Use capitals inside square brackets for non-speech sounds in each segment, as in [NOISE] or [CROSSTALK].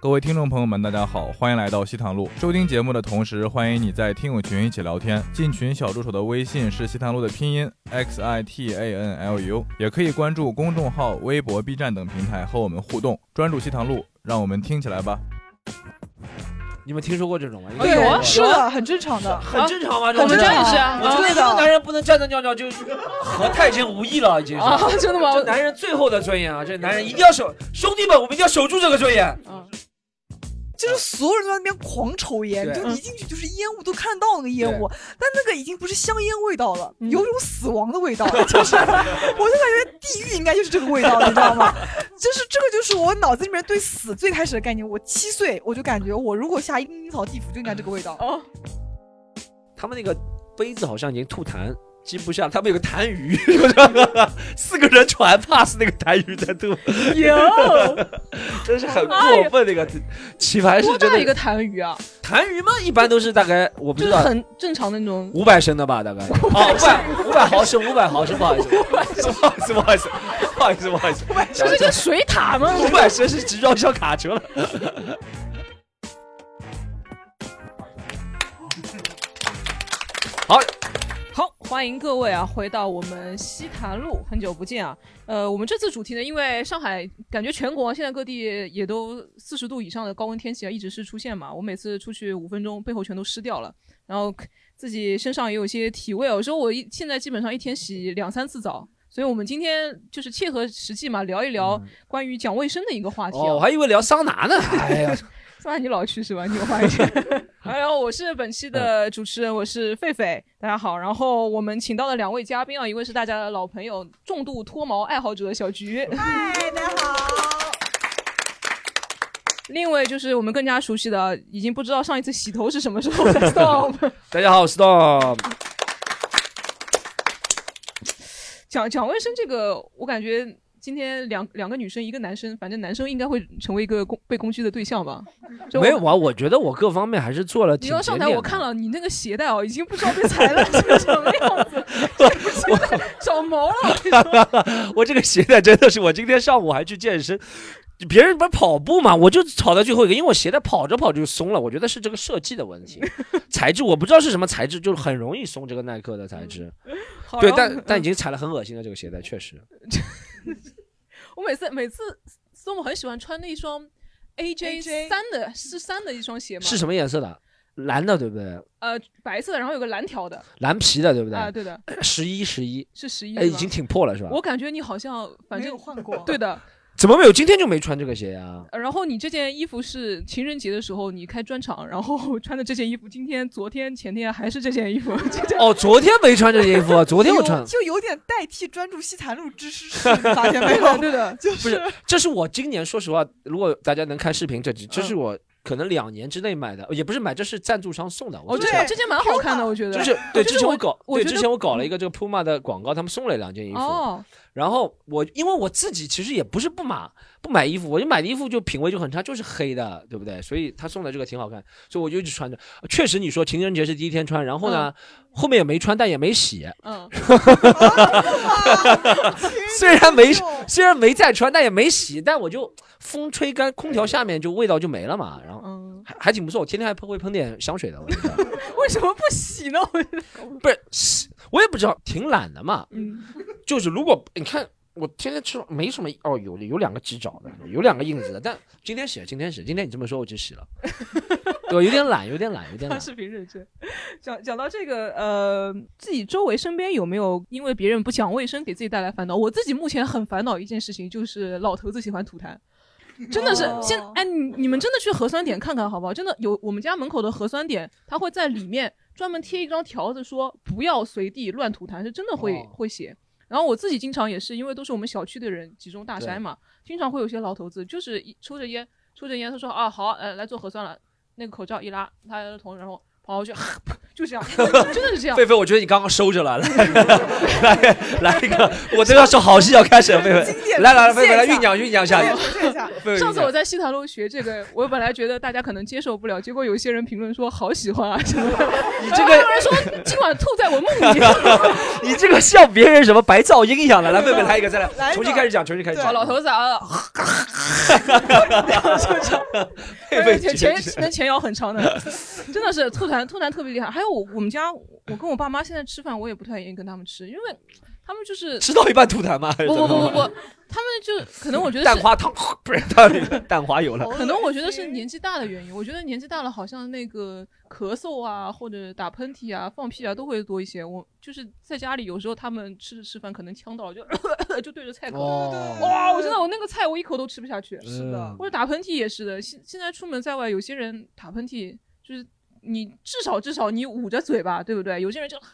各位听众朋友们，大家好，欢迎来到西塘路。收听节目的同时，欢迎你在听友群一起聊天。进群小助手的微信是西塘路的拼音 x i t a n l u，也可以关注公众号、微博、B 站等平台和我们互动。专注西塘路，让我们听起来吧。你们听说过这种吗？对有啊啊，是的，很正常的，很正常吗？这我种们事这儿里是啊我觉得对这个的。男人不能站着尿尿，就是和泰臣无异了，已经是。啊，真的吗？这男人最后的尊严啊！这男人一定要守，兄弟们，我们一定要守住这个尊严。就是所有人都在那边狂抽烟，对就一进去就是烟雾，都看得到那个烟雾，但那个已经不是香烟味道了，嗯有一种死亡的味道， [LAUGHS] 就是我就感觉地狱应该就是这个味道，你知道吗？ [LAUGHS] 就是这个就是我脑子里面对死最开始的概念。我七岁我就感觉我如果下阴曹地府就应该这个味道，哦他们那个杯子好像已经吐痰，记不下。他们有个痰盂，就是四个人船 pass 那个痰盂在吐，有 [LAUGHS] 真是很过分。哎那个棋牌室哎多真大一的个痰盂啊？痰盂吗？一般都是大概我不知就是道很正常的那种。五百升的吧， [LAUGHS] 大概。哦，五百五百毫升，五百毫升，不好意思，不好意思，不好意思，不好意思，不好意思，这是个水塔吗？五百升是集装箱卡车了。好，欢迎各位啊，回到我们西坛路，很久不见啊。呃，我们这次主题呢，因为上海感觉全国现在各地也都四十度以上的高温天气啊，一直是出现嘛。我每次出去五分钟，背后全都湿掉了，然后自己身上也有一些体味啊。有时候我一现在基本上一天洗两三次澡。所以，我们今天就是切合实际嘛，聊一聊关于讲卫生的一个话题、啊哦，我还以为聊桑拿呢。哎呀，算你老去是吧？你有话一 [LAUGHS] 点。然哎后我是本期嗯的主持人，我是狒狒，大家好。然后我们请到了两位嘉宾啊，一位是大家的老朋友，重度脱毛爱好者小菊，嗨，大家好，另一位就是我们更加熟悉的，已经不知道上一次洗头是什么时候的 Storm。大家好，我是 Storm。讲讲卫生这个，我感觉今天两两个女生一个男生，反正男生应该会成为一个攻被攻击的对象吧？就我没有。啊，我觉得我各方面还是做了呃你挺要节上俭台，的。我看了你那个鞋带哦，已经不知道被踩 [LAUGHS] 烂成什么样子，现在长毛了。 [LAUGHS] 我跟你说 [LAUGHS] 我这个鞋带真的是，我今天上午还去健身，别人不是跑步嘛，我就跑到最后一个，因为我鞋带跑着跑着就松了，我觉得是这个设计的问题，材质我不知道是什么材质，就是很容易松这个耐克的材质。好嗯对，然后但但已经踩了很恶心了，这个鞋带确实。 [LAUGHS] 我每次每次松我很喜欢穿那一双 AJ AJ 三的是三的一双鞋嘛，是什么颜色的？蓝的对不对？呃白色的，然后有个蓝条的蓝皮的对不啊，对？对的， [CLEARS THROAT] 十一十一，是十一。哎，已经挺破了是吧？我感觉你好像反没正有换过，对的，呃怎么没有？今天就没穿这个鞋呀？然后你这件衣服是情人节的时候你开专场，然后 [LAUGHS] 穿的这件衣服，今天、昨天、前天还是这件衣服， [LAUGHS] 这件哦，昨天没穿这件衣服，啊昨天我穿有。就有点代替专注西坛路之师事，你发现没 [LAUGHS] 有？对的，就不是这是我今年说实话，如果大家能看视频，这这嗯是我可能两年之内买的，也不是买，这是赞助商送的。我哦，之这前这件蛮好看的，我觉得。就是对就是之前我我搞我对觉得嗯之前我搞了一个这个 Puma 的广告，他们送了两件衣服，哦，然后我因为我自己其实也不是不买不买衣服，我就买的衣服就品味就很差，就是黑的，对不对？所以他送的这个挺好看，所以我就一直穿着。确实你说情人节是第一天穿，然后呢后面也没穿，但也没洗，嗯， [LAUGHS] 虽然没其实就虽然没再穿，但也没洗，但我就风吹干，空调下面就味道就没了嘛，然后。嗯，还还挺不错，我天天还喷会喷点香水的， [LAUGHS] 我觉得为什么不洗呢？我觉得，不是洗，我也不知道，挺懒的嘛。嗯，就是如果你看我天天吃，没什么哦，有有两个鸡爪的，有两个印子的，但今天洗了，今天洗了，今天你这么说我就洗 [LAUGHS] 了，对，有点懒，有点懒，有点看懒。视频认真。讲讲到这个，呃，自己周围身边有没有因为别人不讲卫生给自己带来烦恼？我自己目前很烦恼一件事情，就是老头子喜欢吐痰， [LAUGHS] 真的是哦 [LAUGHS] 现哎，你你们真的去核酸点看看好不好？真的有我们家门口的核酸点，他会在里面专门贴一张条子说不要随地乱吐痰，是真的会、哦会写。然后我自己经常也是，因为都是我们小区的人集中大筛嘛，经常会有些老头子就是一抽着烟，抽着烟，他说啊好，呃来做核酸了，那个口罩一拉，他的头然后跑过去， [LAUGHS] 就这样，真的是这样。狒狒，我觉得你刚刚收着 [LAUGHS] 了，来来来一个，我都要说好戏要开始了，狒经狒，典来来来，狒呈现狒来一下酝酿酝酿一下，哦狒这哦一下。狒上酝次我酿。在西塔路学这个，我本来觉得大家可能接受不了，结果有一些人评论说好喜欢啊，真的。 [LAUGHS] 你然这后还个有人说今晚吐在我梦 [LAUGHS] [LAUGHS] 里。你这个像别人什么白噪音一样的，来狒狒来一个，再来一个来，[LAUGHS] 啊重新开始讲，重新开始对讲。老头子啊，对，前前前那前摇很长的，真的是吐痰吐痰特别厉害。还有我我们家，我跟我爸妈现在吃饭，我也不太愿意跟他们吃，因为他们就是吃到一半吐痰吗？还是不不怎不么不样不，他们就可能我觉得蛋是，哦花汤不是蛋蛋花有了，可能我觉得是年纪大的原因。我觉得年纪大了，好像那个咳嗽啊，或者打喷嚏啊、放屁啊都会多一些。我就是在家里，有时候他们吃着吃饭，可能呛到了，就 [LAUGHS] 就对着菜口。哦，哇！我真的，我那个菜我一口都吃不下去。是的或者打喷嚏也是的。现现在出门在外，有些人打喷嚏就是你至少至少你 [LAUGHS] 捂着嘴巴，对不对？有些人就哈、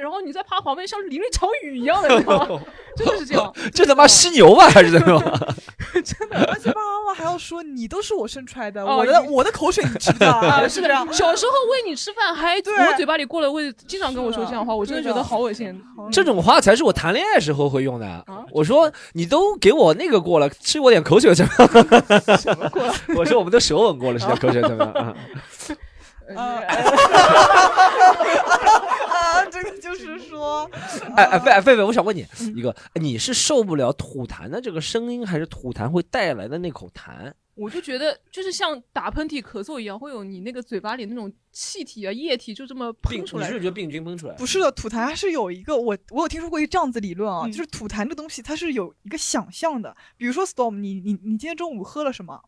然后你再趴旁边，像淋了一场雨一样的，你知道吗？ [LAUGHS] 真的是这 [LAUGHS] 样，这他妈犀牛吧还是怎么样？而且爸爸妈妈还要说你都是我生出来的，哦我的我的口水你知不知道啊？[LAUGHS] [LAUGHS] 啊，是是不的是啊？。小时候喂你吃饭还对我嘴巴里过了，会经常跟我说这样的话，我真的是的觉得好恶心。这种话才是我谈恋爱时候会用的啊。我说你都给我那个过了，吃我点口水怎么样？ [LAUGHS] 我说我们都舌吻过了，吃点口水怎么 [LAUGHS] 样？啊呃 [LAUGHS] 啊，这个就是说，哎哎，狒狒狒，我想问你嗯一个，哎你是受不了吐痰的这个声音，还是吐痰会带来的那口痰？我就觉得就是像打喷嚏、咳嗽一样，会有你那个嘴巴里那种气体啊、液体就这么病，喷你是出不来。是觉得病菌喷出来？不是的，吐痰还是有一个我我有听说过一个这样子理论啊，嗯就是吐痰这东西它是有一个想象的，比如说 Storm，你你你今天中午喝了什么？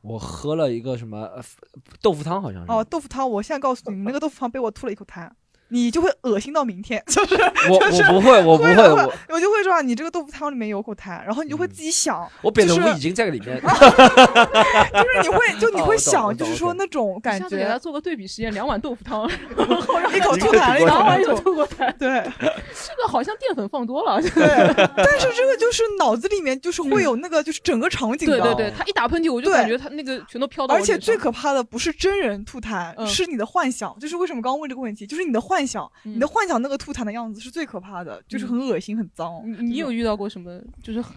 我喝了一个什么呃豆腐汤，好像是。哦，豆腐汤，我现在告诉你，你那个豆腐汤被我吐了一口痰。你就会恶心到明天， [LAUGHS] 就是我我不会，我不会，我我就会说啊，你这个豆腐汤里面有口痰，然后你就会嗯自己想，我扁就的是啊我已经在里面。就是你会就你哦我会懂我想，懂就是我说懂那种感下次给他觉，做个对比实验，两碗豆 [LAUGHS] 腐汤，一口吐一个痰，吐过然后一又口吐，吐过痰，对， [LAUGHS] [LAUGHS] 这个好像淀粉放多了。嗯对， [LAUGHS] 但是这个就是脑子里面就是会有那个就是整个场景的，啊对对对，他一打喷嚏，我就对感觉他那个全都飘到我而脸上。且最可怕的不是真人吐痰，嗯是你的幻想。就是为什么刚刚问这个问题，就是你的幻想，嗯你的幻想那个吐痰的样子是最可怕的，就是很恶心、很脏。你你有遇到过什么？就是很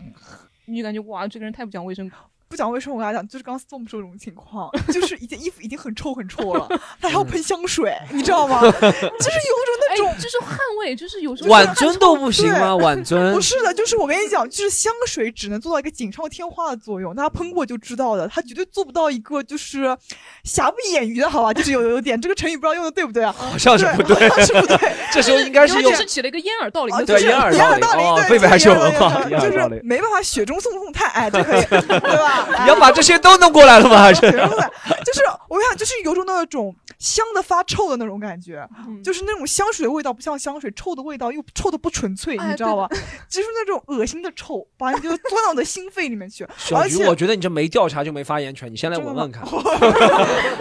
你感觉哇，这个人太不讲卫生。不讲卫生，我跟他讲，就是刚刚 storm 说这种情况，就是一件衣服已经很臭很臭 [LAUGHS] 了，他还嗯要喷香水，你知道吗？ [LAUGHS] 就是有一种那哎种。， [LAUGHS] 就是汗味，就是有时候晚尊都不行吗？对晚尊 [LAUGHS] 不是的，就是我跟你讲，就是香水只能做到一个锦上添花的作用，大家喷过就知道的，它绝对做不到一个就是瑕不掩瑜的，好吧？就是有有点这个成语不知道用的对不对啊？好像是不对，[LAUGHS] [LAUGHS] 对，是不对。这时候应该就是就用哦是起了一个掩耳盗铃啊，的就作对是用。[LAUGHS] 掩耳掩盗铃哦对，就狒狱是还是有掩耳文盗化铃掩耳就盗铃是没办法雪中送炭，哎，这可 [LAUGHS] 以， [LAUGHS] 对吧？哎你要把这些都弄过来了吗？还是雪中送炭，就是我想，就是有种那种香的发臭的那种感觉，嗯就是那种香水的味道不像香水，臭的味道又臭的不纯粹，哎你知道吧？ [LAUGHS] 就是那种恶心的臭，把你就钻到你的心肺里面去。小而菊，且我觉得你这没调查就没发言权，你先来闻闻看。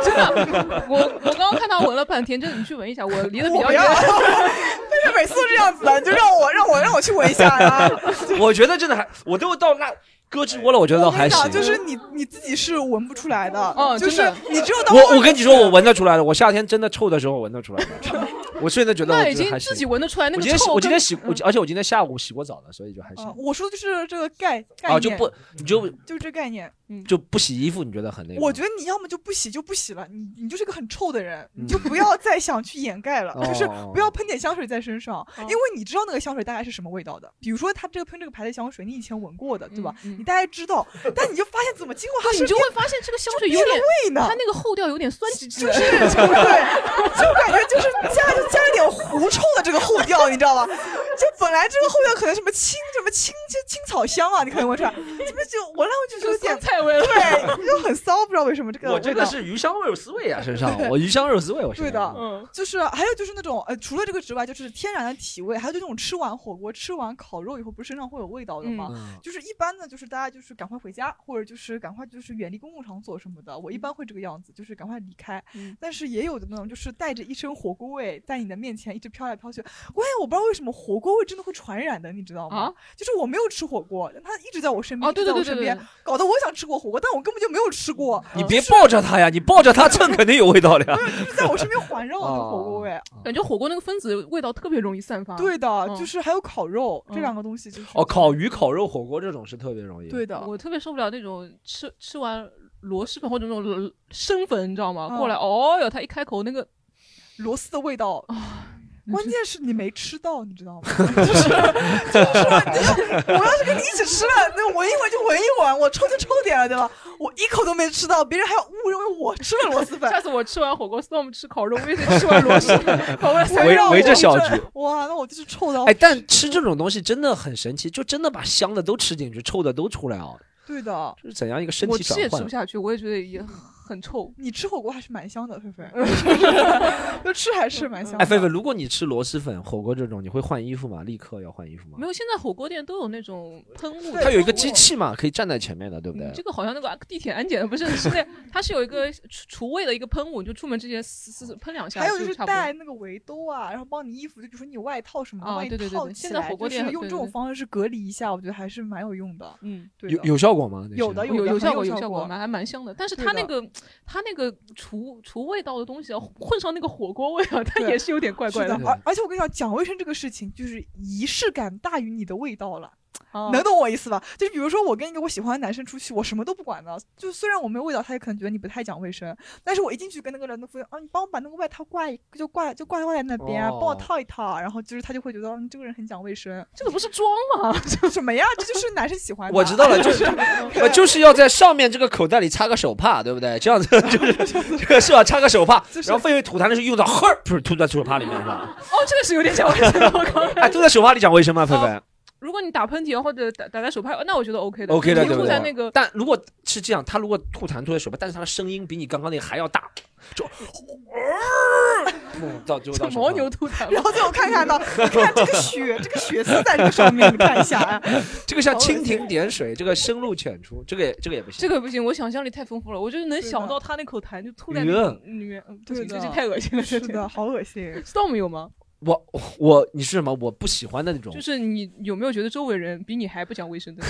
真的， [LAUGHS] 我我刚刚看他闻了半天，真的，你去闻一下，我 [LAUGHS] 离得比我较不远 [LAUGHS] 要，。但是每次都这样子的，你就让我让我让我去闻一下啊！ [LAUGHS] 我觉得真的还，我都到那胳肢窝了，我觉得倒我跟还你行讲，。就是你你自己是闻不出来的，哦就真是的你只有到我我跟你说，我闻得出来了。我夏天真的臭的时候，我闻得出来了。我真的觉得我那已觉得经还自己行。闻得出来那我个今天洗臭跟。嗯我今天洗，嗯我啊而且我今天下午洗过澡了，所以就还行呃。我说的就是这个概概念，啊，就不你就就是这概念。嗯就不洗衣服，你觉得很那个？我觉得你要么就不洗就不洗了，你你就是个很臭的人，嗯你就不要再想去掩盖 [LAUGHS] 了，哦就是不要喷点香水在身上，哦因为你知道那个香水大概是什么味道的。比如说它这个喷这个牌的香水，你以前闻过的，对吧？嗯嗯你大概知道，但你就发现怎么经过它对，身你就边会发现这个香水有变了点，味呢它？那个后调有点酸唧 [LAUGHS] 唧就的是。对，就感觉就是加就加一点狐臭的这个后调，你知道吧？就本来这个后调可能什么青什么青青青草香啊，你可能闻出来，怎么就闻上去就有点酸菜味了，对，就很骚，不知道为什么这个我真味的道。是鱼香肉丝味啊，身上我鱼香肉丝味，我身对上的嗯，就是还有就是那种呃，除了这个之外，就是天然的体味，还有就那种吃完火锅、吃完烤肉以后，不是身上会有味道的吗？嗯就是一般呢，就是大家就是赶快回家，或者就是赶快就是远离公共场所什么的。我一般会这个样子，就是赶快离开。嗯但是也有的那种就是带着一身火锅味，在你的面前一直飘来飘去。我也我不知道为什么火锅味真的会传染的，你知道吗？啊就是我没有吃火锅，但它一直在我身边，哦，对一直对在我对对身对嗯边，，搞得我想吃过火锅，但我根本就没有吃过，你别抱着它呀，你抱着它蹭肯定有味道的呀。啊哦就是在我身边 [LAUGHS] 环绕的那个火锅味。哦哎感觉火锅那个分子味道特别容易散发。对的，就嗯是还有烤肉、这嗯两个东西，就是哦，烤鱼、烤肉、火锅这种是特别容易。对的，我特别受不了那种吃吃完螺蛳粉或者那种生粉，你知道吗？嗯过来，哦哟，他一开口那个螺丝的味道，关键是你没吃到，你知 [LAUGHS] 道吗？就是就是说，你要我要是跟你一起吃了，那闻一闻就闻一闻，我抽就抽点了，对吧？我一口都没吃到，别人还误认为我吃了螺蛳粉。下次我吃完火锅送我们吃烤肉，我也得吃完螺蛳粉，烤完围才让围着我。小局哇，那哎我就是臭到哎，但吃这种东西真的很神奇，就真的把香的都吃进去，臭的都出来啊！ [LAUGHS] 对的，这是怎样一个身我体吃也转吃换不？下去，我也觉得也很臭。你吃火锅还是蛮香的，菲 [LAUGHS] [LAUGHS] 菲，就吃还是蛮香的。哎，菲菲，如果你吃螺蛳粉、火锅这种，你会换衣服吗？立刻要换衣服吗没？有，现在火锅店都有那种喷雾的，对它有一个机器嘛，可以站在前面的，对不对嗯，？这个好像那个地铁安检的不是是那，它是有一个除除味的一个喷雾，你就出门之前撕撕撕喷两下，还有就就是差不多。带那个围兜啊，然后帮你衣服，就比如说你外套什么的，啊帮你对对对套对起现在来火锅就店是用对这对种对方式隔离一下，我觉得还是蛮有用的。嗯，对有的有效果吗？那是有的哦有的有很效有果，效效果蛮还蛮香的。但是对它的那个它那个除除味道的东西啊，混上那个火锅味啊，它对也是有点怪是怪的的。，而而且我跟你讲，讲卫生这个事情，就是仪式感大于你的味道了，啊能懂我意思吧？就是比如说我跟一个我喜欢的男生出去，我什么都不管的，就虽然我没有味道，他也可能觉得你不太讲卫生，但是我一进去跟那个人都说，啊，你帮我把那个外套挂一，就挂就挂挂在那边啊，帮我哦套一套，然后就是他就会觉得嗯这个人很讲卫生，这个不是装啊 [LAUGHS] 吗？什么呀？这就是男生喜欢的。 [LAUGHS] 我知道 [LAUGHS] 了，就是呃，就是要在上面这个口袋里插个手帕，对不对？这样子就是 [LAUGHS] 这个是吧？插个手帕，就是然后狒狒吐痰的时候用到呵儿，不 [LAUGHS] 是吐在手帕里面是 [LAUGHS] 吧？哦，这个是有点讲卫生。我刚才哎，吐在手帕里讲卫生吗？狒狒如果你打喷嚏或者打打在手帕，那我觉得 OK 的。 ，OK 的，你对不吐在对？那个但如果是这样，他如果吐痰吐在手帕，但是他的声音比你刚刚那个还要大，就，呃到最后到手牦帕牛吐痰 [LAUGHS] 然嘛，后最后看 [LAUGHS] 看到，你看这个血，这个血丝在这个上面，你看一下啊。 [LAUGHS] 这个像蜻蜓点水，这个深入浅出，这个也这个也不行。这个不行，我想象力太丰富了，我就是能对想的到他那口痰就吐在那个里面，嗯不对行，这的就太恶心了。是这的，好恶心。 ，Storm 有吗？我我你是什么？我不喜欢的那种就。是你有没有觉得周围人比你还不讲卫生的？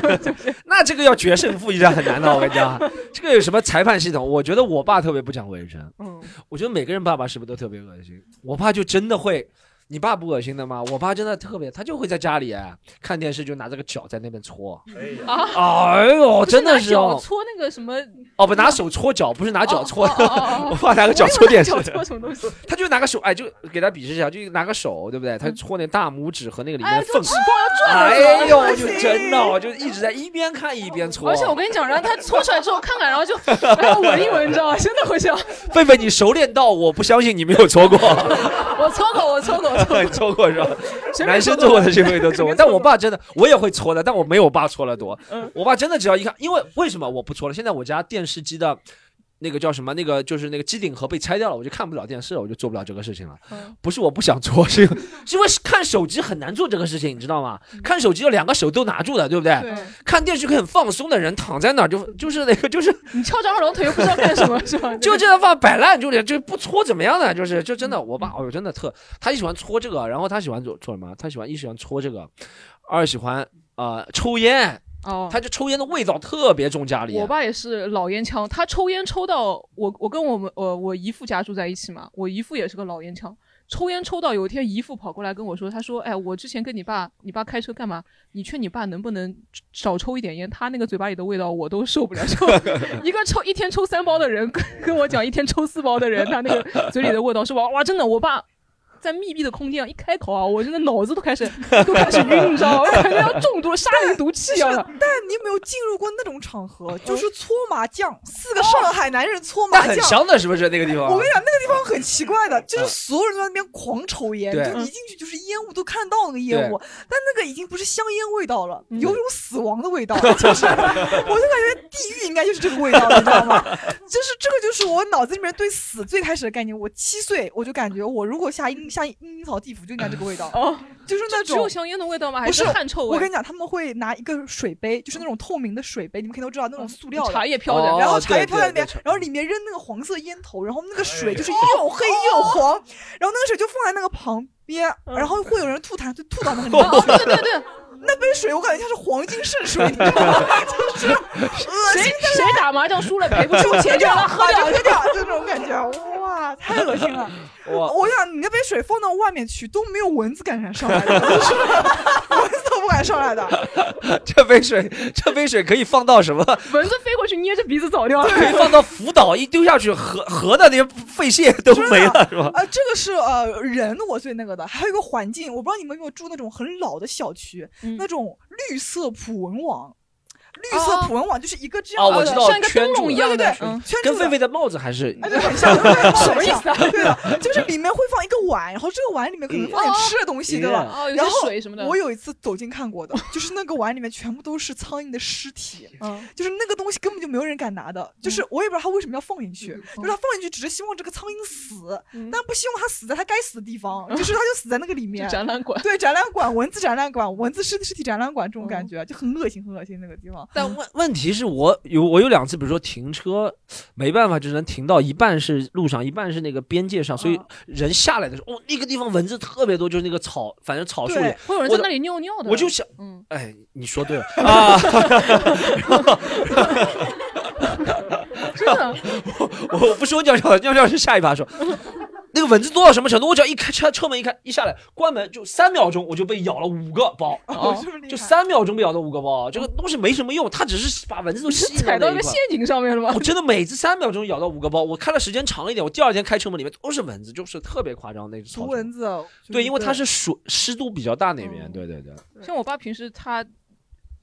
[LAUGHS] 那这个要决胜负一战很难的，我跟你讲，啊这个有什么裁判系统？我觉得我爸特别不讲卫生，嗯，我觉得每个人爸爸是不是都特别恶心？我爸就真的会。你爸不恶心的吗？我爸真的特别，他就会在家里啊看电视，就拿这个脚在那边搓。啊哎呦，我真的是脚哦，搓那个什 [LAUGHS] 么哦不，拿手搓脚，不是拿脚搓，哦哦哦我哦爸拿个脚我以为搓电视脚，搓什么 [LAUGHS] 东西？他就拿个手，哎，就给他比试一下，就拿个手，对不对？他就搓那大拇指和那个里面嗯哎的缝就指光要转了。哎呦，恶就心真的，我就一直在一边看一边搓。而且我跟你讲，然后他搓出来之后看看，然后就然后闻一闻，你知道吗？真的会这样。狒狒，你熟练到我不相信你没有搓过， [LAUGHS] 我搓过，我搓过，我搓过。搓过是吧？随便男生搓做过嗯过的行为都做过，但我爸真的，我也会搓的，但我没有我爸搓的多。我爸真的只要一看，因为为什么我不搓了？现在我家电视机的。那个叫什么？那个就是那个机顶盒被拆掉了，我就看不了电视了，我就做不了这个事情了。嗯不是我不想 [LAUGHS] 搓，是因为是因为看手机很难做这个事情，你知道吗？看手机要两个手都拿住的，对不对？对，看电视可以很放松的人躺在那儿就就是那个就是你翘着二郎腿又不知道干什么，[LAUGHS] 是吧？就这样放摆烂，就是就不搓怎么样呢？就是就真的，我爸哦真的特，他喜欢搓这个，然后他喜欢做做什么？他喜欢一喜欢搓这个，二喜欢呃抽烟，哦，他就抽烟的味道特别重，家里。啊我爸也是老烟枪，他抽烟抽到我，我跟我们呃我姨父家住在一起嘛，我姨父也是个老烟枪，抽烟抽到有一天姨父跑过来跟我说，他说，哎，我之前跟你爸，你爸开车干嘛？你劝你爸能不能少抽一点烟？他那个嘴巴里的味道我都受不了，就一个抽一天抽三包的人跟跟我讲一天抽四包的人，他那个嘴里的味道是吧？哇，真的，我爸。在密闭的空间啊，一开口啊，我真的脑子都开始都开始晕，你知道吗？ [LAUGHS] 我感觉要中毒，沙林毒气一样的。但你有没有进入过那种场 [LAUGHS] 合，就是搓麻将，四个上海男人搓哦那麻很将。香的，是不是那个地方？啊嗯我跟你讲，那个地方很奇怪的，就是所有人都在那边狂抽烟，对就一进去就是烟雾都看到那个烟雾，但那个已经不是香烟味道嗯了，有种死亡的味道，就是我就感觉地狱应该就是这个味道，你知道吗？ [LAUGHS] 就是这个就是我脑子里面对死最开始的概念。我七岁我就感觉我如果下阴下阴阴草地府就应该这个味道，哦，就是那只有种。香烟的味道吗？还不是汗臭味？我跟你讲，他们会拿一个水杯，就是那种透明的水杯，你们肯定都知道那种塑料的，哦茶叶飘着，哦然然后后茶叶对飘在对那边对茶，然后里面扔那个黄色烟头，然后那个水就是又黑又黄，然后那个水就放在那个旁边，哦嗯然后会有人吐痰，就吐到那个里面。 [LAUGHS] 哦，对对对， [LAUGHS] 那杯水我感觉像是黄金圣水，你知道吗？就是恶谁心。谁打打麻将输了赔不出就钱钱就就让他好，喝掉就。就掉，就这种感觉，哇，太恶心了！ [LAUGHS] 我我想你那杯水放到外面去都没有蚊子敢上来的， [LAUGHS] 就是蚊子都不敢上来的。这杯水，这杯水可以放到什么？ [LAUGHS] 蚊子飞过去捏着鼻子走掉了。可以放到福岛，一丢下去，河河的那些废屑都没了，是吧？呃，这个是呃人我最那个的，还有一个环境，我不知道你们有没有住那种很老的小区，嗯那种绿色普文网，绿色普文网就是一个这样哦的，我知道像一个灯笼一样哦啊对对的对，，嗯圈住跟的狒狒的帽子还是哎，对， [LAUGHS] 很像，对 [LAUGHS] 什么意？很思像啊？对的，就是里面会放一个碗，然后这个碗里面可能放点嗯吃的东西，对吧？哦，有然些后水什么的。我有一次走进看过的，就是那个碗里面全部都是苍蝇的尸体，嗯，就是那个东西根本就没有人敢拿的，就是我也不知道他为什么要放进去，就是他放进去只是希望这个苍蝇死，嗯但不希望它死在它该死的地方，就是它就死在那个里就面。展览馆。对，展览馆、蚊子展览馆、蚊子尸体尸体展览馆这种嗯感觉就很恶心，很恶心那个地方。但问问题是我有我有两次，比如说停车没办法，只能停到一半是路上，一半是那个边界上，所以嗯人下来的时候，哦，那个地方蚊子特别多，就是那个草，反正草树里对，，会有人我在的那里尿尿的。我就想，嗯，哎，你说 [LAUGHS] 对了啊，真的， [LAUGHS] 我我不说尿尿，尿尿是下一趴 [LAUGHS] 说。那个蚊子多到什么程度？我只要一开车车门一开一下来，关门就三秒钟，我就被咬了五个包，哦，这么厉 [LAUGHS] 就害！三秒钟被咬了五个包。啊这个东西没什么用，它只是把蚊子都吸引踩到那一一个块陷阱上面了 [LAUGHS] 吗我？真的每次三秒钟咬到五个包，我开的时间长一点，我第二天开车门里面都是蚊子，就是特别夸张那种毒草丛。蚊子，哦就是对，因为它是水湿度比较大那边，嗯对对对。像我爸平时他，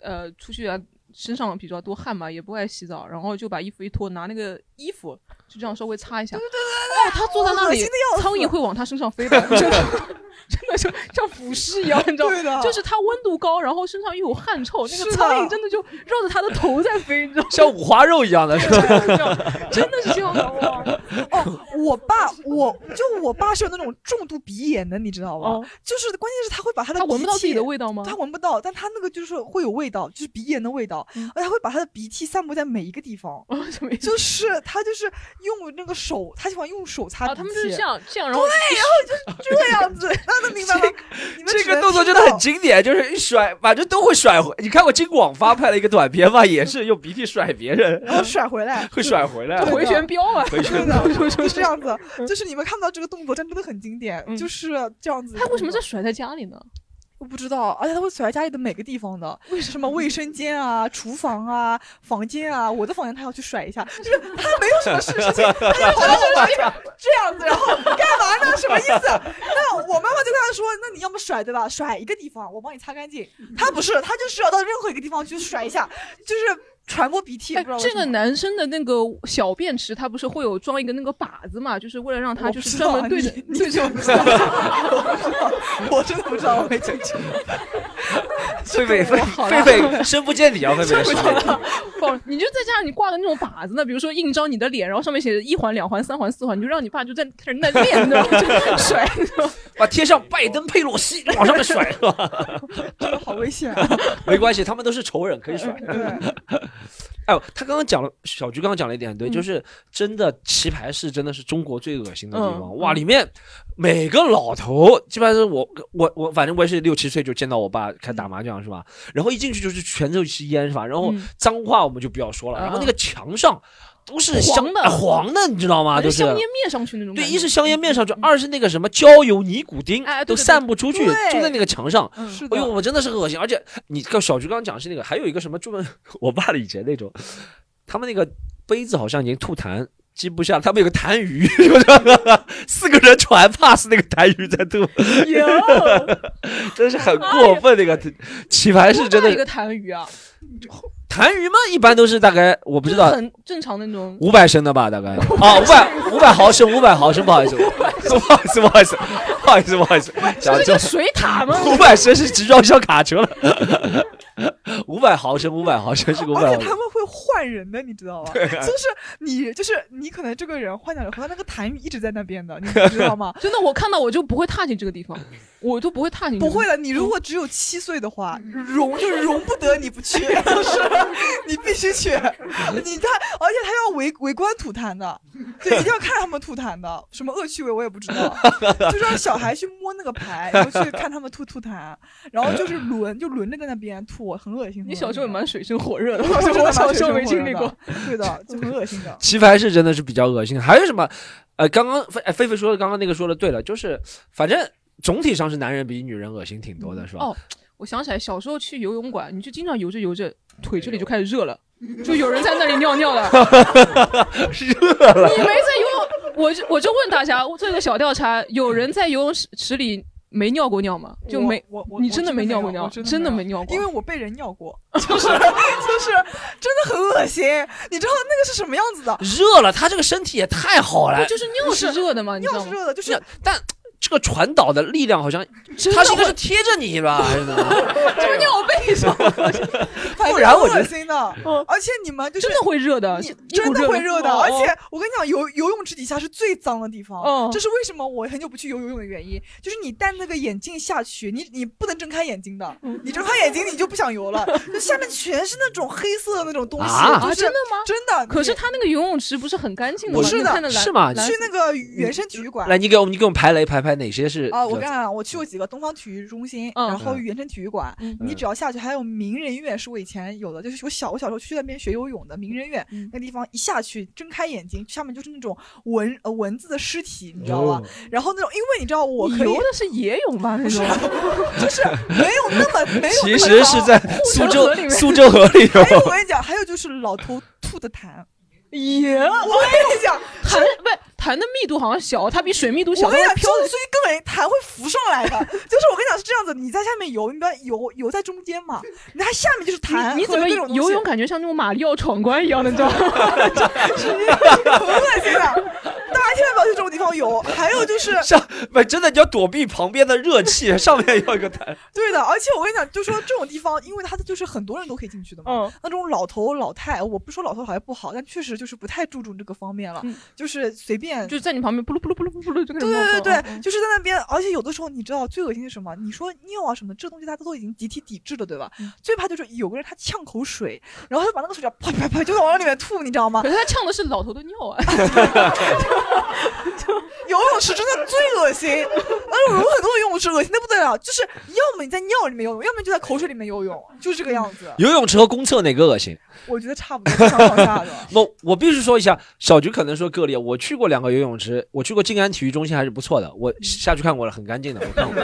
呃，出去啊，身上比较多汗嘛，也不爱洗澡，然后就把衣服一脱，拿那个衣服就这样稍微擦一下。对对对哦，他坐在那恶里心的，要死苍蝇会往他身上飞的，真的，真的就像腐尸一样，你知 [LAUGHS] 道吗？对的，就是他温度高，然后身上又有汗臭，那是个的苍蝇真的就绕着他的头在飞，你知道吗？像五花肉一样的，是吧？这样真的是这样的哇！ [LAUGHS] 哦， [LAUGHS] 我爸，我就我爸是有那种重度鼻炎的，你知道吗哦？就是关键是他会把他的他闻不到鼻自己涕的味道吗？他闻不到，但他那个就是会有味道，就是鼻炎的味道，嗯。而且他会把他的鼻涕散布在每一个地方什么意思？就是他就是用那个手，他喜欢用手擦鼻啊，涕，他们就是这样这样，然后这样子， [LAUGHS] 那能明白吗？你们这只能个动作听真的到很经典，就是一甩，反正都会甩回。你看过金广发拍了一个短片吗？也是用鼻涕甩别人，然后甩回来，会甩回来。回旋镖啊，回旋对的， [LAUGHS] 就就就这。 [LAUGHS] 样子。就是你们看到这个动作，真的很经典，嗯就是这样子。他为什么在？甩在家里呢？我不知道，而且他会甩在家里的每个地方的，为什么卫生间 [LAUGHS] 啊、厨房啊、房间啊，我的房间他要去甩一下，就是 [LAUGHS] 他没有什么事事情，他哎就跑到这里这样子，然后干嘛呢？什么意 [LAUGHS] 思？啊那我妈妈就跟他说，那你要么甩对吧？甩一个地方，我帮你擦干净。嗯他不是，他就是要到任何一个地方去甩一下，就是传播鼻涕。哎不知道，为这什个么男生的那个小便池，他不是会有装一个那个靶子嘛？就是为了让他我就不是知专道门 [LAUGHS] 对着你你就不知道，我不知道， [LAUGHS] 我真的不知道，我没进去。狒狒狒好狒了狒深不见底啊！狒狒的世界，不，你就在家里挂个那种靶子呢，比如说印章你的脸，然后上面写着一环、两环、三环、四环，你就让你爸就在开始那练，你知道吗？ [LAUGHS] 就甩，你知道吗把贴上拜登佩洛西往上面甩是吧？这个好危险啊！ [LAUGHS] 没关系，他们都是仇人，可以 [LAUGHS] 甩。对，哎呦，他刚刚讲了，小菊刚刚讲了一点很对，嗯就是真的棋牌室真的是中国最恶心的地方。嗯哇，里面每个老头，基本上是我我我，反正我也是六七岁就见到我爸开始打麻将是吧？然后一进去就是全都是烟是吧？然后嗯脏话我们就不要说了，嗯然后那个墙上都是黄香的哎黄的，你知道吗？就都香是烟。面上去那种感对，觉。一是香烟面上去，嗯二是那个什么焦油尼古丁哎对都对对散不出去，对就在那个墙上。嗯是哎的，呦，我真的是恶心，而且你看小菊刚刚讲是那个，还有一个什么专门， [LAUGHS] 我爸以前那种，他们那个杯子好像已经吐痰，记不下，他们有个痰盂， [LAUGHS] 是不是？四个人船 pass 那个痰盂在吐，有， [LAUGHS] 真是很过分。那个 [LAUGHS] 棋牌室真多大的一个痰盂啊，痰盂吗？一般都是大概我不知就是道很正常的 [LAUGHS] 那种。五百升的吧，大概啊，五百五百毫升，五百毫升，不好意思，不好意思，不好意思，不好意思，不好意思，讲是错个。水塔吗？？[LAUGHS] 五百升是集装箱卡车了，五百毫升，五百毫升是个五百啊而毫且升他。们会换人的，你知 [LAUGHS] 道吗？就是你，就是你，可能这个人换掉了以后，他那个痰盂一直在那边 [LAUGHS] 的，你知道吗 [LAUGHS] 真的，我看到我就不会踏进这个地方，嗯 [LAUGHS] 我就不会踏进。不会，的，你如果只有七岁的话，嗯 [LAUGHS] 容就容不得你不 [LAUGHS] 去，是，你必须去，你他，而且他要围围观吐痰的，就一定要看着他们吐痰的，什么恶趣味我也不知 [LAUGHS] 道，就让小孩去摸那个牌，然后去看他们吐吐痰，然后就是轮就轮着在那边吐，我很恶心。 [LAUGHS] 你小时候也蛮水深火热 [LAUGHS] 的，我真的我蛮小水时候深没火经热历的过。 [LAUGHS] 对的，就很恶心 [LAUGHS] 的。棋牌是真的是比较恶心。还有什么？呃，刚刚菲哎菲菲说的，刚刚那个说的对了，就是反正总体上是男人比女人恶心挺多的，是吧？哦我想起来，小时候去游泳馆，你就经常游着游着，腿这里就开始热了，就有人在那里尿 [LAUGHS] 尿了。热了你没在游泳，我就我就问大家，我做一个小调查，有人在游泳池池里没尿过尿吗？就我没，我我你我真的没尿过有尿，我哦真的没尿过因。为我被人尿 [LAUGHS] 过， [LAUGHS] 就是就是真的很恶心。 [LAUGHS] 你知道那个是什么样子的？热了，他这个身体也太好了不。就是尿是热的嘛，你知尿道是吗？热的，就是是，但这个传导的力量好像，真它的是应该会是贴着你 [LAUGHS] 吧，还是怎么？就尿背上，反不正然我很觉恶得心的。而且你们就是嗯真的会热的，哦你一真股的会热热的，而且我跟你讲，游游泳池底下是最脏的地方，哦这是为什么我很久不去游游泳的原因，就是你戴那个眼镜下去，你你不能睁开眼睛的，嗯你睁开眼睛你就不想游了，就下面全是那种黑色的那种东西，啊啊，就是真的吗？真的。可是你他那个游泳池不是很干净的不吗？是你的看得来是吗来去那个原生体育馆。来，你给我们，你给我们排雷排排哪些是？嗯啊，我跟你讲，我去过几个东方体育中心，嗯然后原生体育馆，嗯你只要下去，还有名人院是我以前有的，就是我小我小时候去那边学游泳的名人院，嗯那地方一下去，睁开眼睛，下面就是那种蚊呃蚊子的尸体，你知道哦吧？然后那种，因为你知道我可以游。的是野泳吧？那种就是 [LAUGHS] 没有那么没有那么其实脏是在苏护城州河里面苏州河里还有我头。跟你讲，还有就是老头吐的痰，野我跟你讲，痰不是痰的密度好像小，它比水密度小，我跟你但讲，是漂子所以根本痰会浮上来的。就是我跟你讲是这样子，你在下面游，你不要游游在中间嘛，你还下面就是痰，你你怎么和各种东西游泳感觉像那种马里奥闯关一样的，你知 [LAUGHS] 道吗？很恶心的，大家千万不要去这种地方游。还有就是，上不真的，你要躲避旁边的热气，上面要一个痰。对的，而且我跟你讲，就说这种地方，因为它就是很多人都可以进去的嘛。嗯，那种老头老太，我不说老头老太不好，但确实就是不太注重这个方面了，嗯就是随便就在你旁边噗噜噗噜噗噜噗噜就开始冒对对泡对嗯对，就是在那边，而且有的时候你知道最恶心是什么？你说尿啊什么的，这东西大家都已经集体抵制了，对吧？最怕就是有个人他呛口水，然后他就把那个水这样啪啪啪就往里面吐，你知道吗可？是他呛的是老头的尿 [LAUGHS] 啊！游泳池真的最恶心，而且我有很多游泳池恶心的不得了，就是要么你在尿里面游泳，要么就在口水里面游泳，就是这个样子。游泳池和公厕哪个恶心？我觉得差不多，上上下的。 [LAUGHS] 不，我必须说一下，小菊可能说个例，啊我去过两个游泳池，我去过静安体育中心还是不错的，嗯我下去看过了，很干净的，我看过。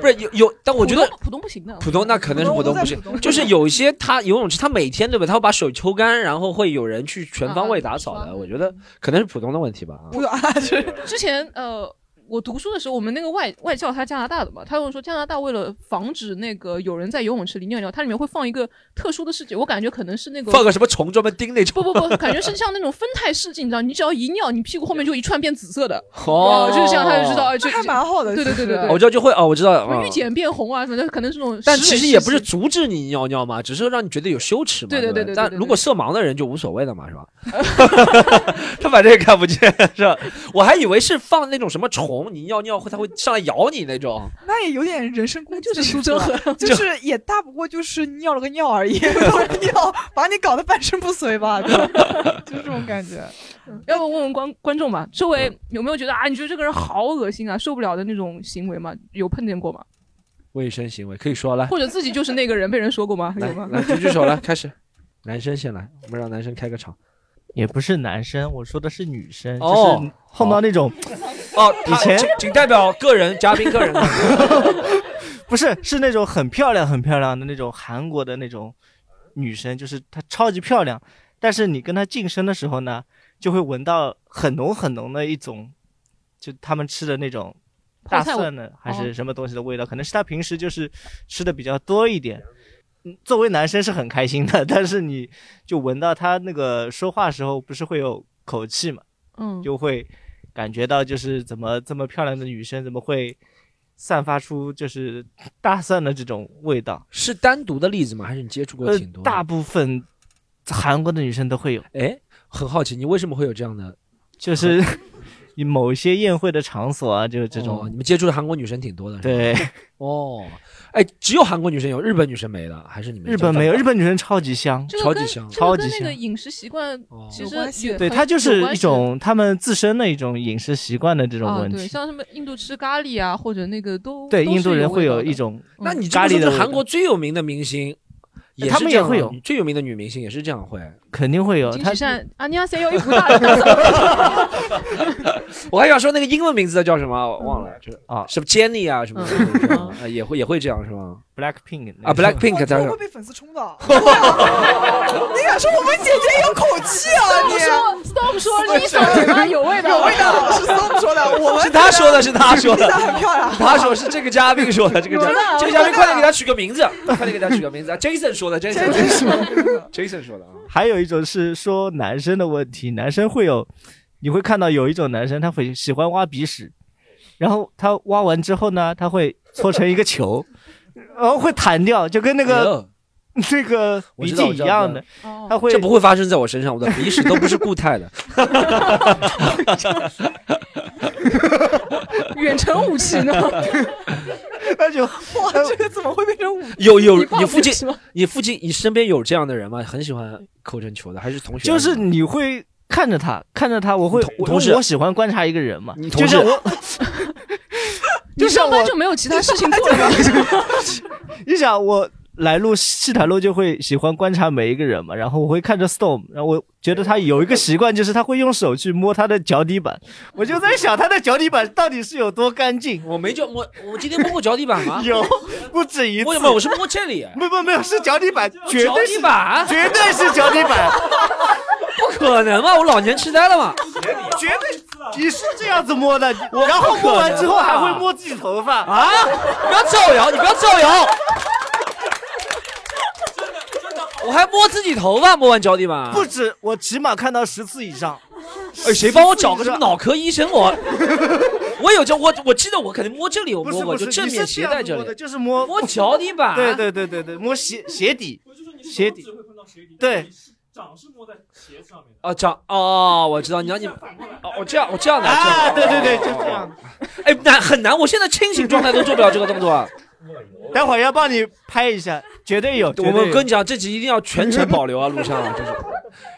不是有有，但我觉得浦东浦东不行的，浦东那可能是浦浦东东我都在不是浦东，就是有一些它游泳池，它每天对吧，它会把手抽干，然后会有人去全方位打扫啊的，我觉得可能是浦东的问题吧。啊不啊，就是 [LAUGHS] 之前呃，我读书的时候，我们那个外外教他加拿大的嘛，他跟我说加拿大为了防止那个有人在游泳池里尿尿，它里面会放一个特殊的试剂，我感觉可能是那个。放个什么虫专门叮那种嗯不，不不，感觉是像那种酚酞试剂，你知道，你只要一尿，你屁股后面就一串变紫色的， [LAUGHS] [LAUGHS] 哦，就是这样，他就知道，。哎这就还蛮好的。对对其对对实对哦，我知道就会哦，我知道。什么嗯玉碱变红啊，什么的，可能是那种。但其实也不是，阻止你尿尿嘛，只是让你觉得有羞耻嘛。对对对吧对对对但对对如果色盲的人就无所谓了嘛，是 [LAUGHS] 吧？ [LAUGHS] 他反正也看不见，是吧？我还以为是放那种什么虫，你尿尿会它会上来咬你那种。那也有点人身攻击就的是意思苏了，州 [LAUGHS] 河，就是也大不过就是尿了个尿而已， [LAUGHS] 尿把你搞得半身不遂 [LAUGHS] 吧，就就这种感觉。要不问问观观众吧，周围嗯有没有觉得啊，你觉得这个人好恶心啊，受不了的那种行为吗？有碰见过吗？卫生行为可以说来 [LAUGHS] 或者自己就是那个人，被人说过吗？有来吗？来举举手来开始，男生先来，我们让男生开个场。也不是男生，我说的是女生，哦就是碰到那种哦，以前仅仅代表个人嘉宾 [LAUGHS] 个人的。不是是那种很漂亮很漂亮的那种韩国的那种女生，就是她超级漂亮，但是你跟她近身的时候呢，就会闻到很浓很浓的一种，就他们吃的那种大泡菜哦蒜的还是什么东西的味道，可能是她平时就是吃的比较多一点。嗯作为男生是很开心的，但是你就闻到她那个说话时候不是会有口气嘛，嗯，就会感觉到就是怎么这么漂亮的女生怎么会散发出就是大蒜的这种味道？是单独的例子吗？还是你接触过呃挺多，的？大部分韩国的女生都会有，哎，很好奇你为什么会有这样的就是 [LAUGHS] [LAUGHS] 某一些宴会的场所啊，就是这种。哦你们接触的韩国女生挺多的，是吧对，哦，哎，只有韩国女生有，日本女生没了，还是你们日本没有，日本女生超级香， [LAUGHS] 这超个级跟香这个跟超级那个香饮食习惯哦其有实关系也对，很她就是有关一系种她们自身的一种饮食习惯的这种啊，问对，题。像什么印度吃咖喱啊，或者那个都对，都印是度人味会 [LAUGHS] 道有的一种那你这咖么喱说，的这味道韩国最有名的明星也他是们这也样啊。会有，最有名的女明星也是这样会。肯定会有。金他喜善啊，你要谁有一股大 [LAUGHS] 的？ [LAUGHS] 我还想说那个英文名字叫什么，我忘了，就是啊什么 Jenny 啊什么嗯的，啊也会也会这样是吗？ Blackpink 那啊个，Blackpink 这当个然会。被粉丝冲的。对啊你敢说我们姐姐 [LAUGHS] 有口气啊？你 Storm 说 Storm 说 Lisa 什么有味道？啊有味道，是 Storm 说的， [LAUGHS] 我们是他说的，是他说真的的，很漂亮。他说是这个嘉宾说的，这个嘉有的这个嘉宾快点给他取个名字，快点给他取个名字啊！Jason 说的真的，Jason 是 Jason 说的啊，还有一种是说男生的问题，男生会有，你会看到有一种男生他会喜欢挖鼻屎，然后他挖完之后呢，他会搓成一个 [LAUGHS] 球，然后会弹掉，就跟那哎个、 [LAUGHS] 呦那个我鼻知道涕一样的，哦他会这不会发生在我身上，我的鼻屎都不是固态的。 [LAUGHS] 远程武器呢？那就哇，这个怎么会变成武？ [LAUGHS] 有有，报你复附近 [LAUGHS] 是吗？你附近你身边有这样的人吗？很喜欢扣针球的，还是同学？就是你会看着他，看着他，我会同我同事我喜欢观察一个人嘛你，同就事像 [LAUGHS] [LAUGHS] 我，你上班就没有其他事情做了吗？你想我来录西塔路就会喜欢观察每一个人嘛，然后我会看着 Storm，然后我觉得他有一个习惯就是他会用手去摸他的脚底板，我就在想他的脚底板到底是有多干净，我没叫我我今天摸过脚底板吗？ [LAUGHS] 有不止一次为，什么我是摸这里？啊没没没有是脚底板，绝 [LAUGHS] 脚对底是板绝对是脚底板，不 [LAUGHS] 可能吧？我老年痴呆了吗？绝对。你是这样子摸的，然后摸完之后还会摸自己头发啊！啊！不要造谣，你不要造谣！我还摸自己头发，摸完脚底板。不止，我起码看到十次以上。哎，谁帮我找个什么脑科医 [LAUGHS] 生？我我有这，我我记得我肯定摸这里，我不摸是过，不是，就正你面是斜样在子这摸的里，就是摸摸脚底 [LAUGHS] 板。对对对对对，摸鞋鞋底，鞋底对，啊，长哦，我知道，你让你哦，我这样，我这样的，这样啊，的对对对，就这。样。哎，难很难，我现在清醒状态都做不了这个动 [LAUGHS] 作。啊待会儿要帮你拍一下，绝对有。我们跟你讲，这集一定要全程保留啊，录像啊， [LAUGHS] 就是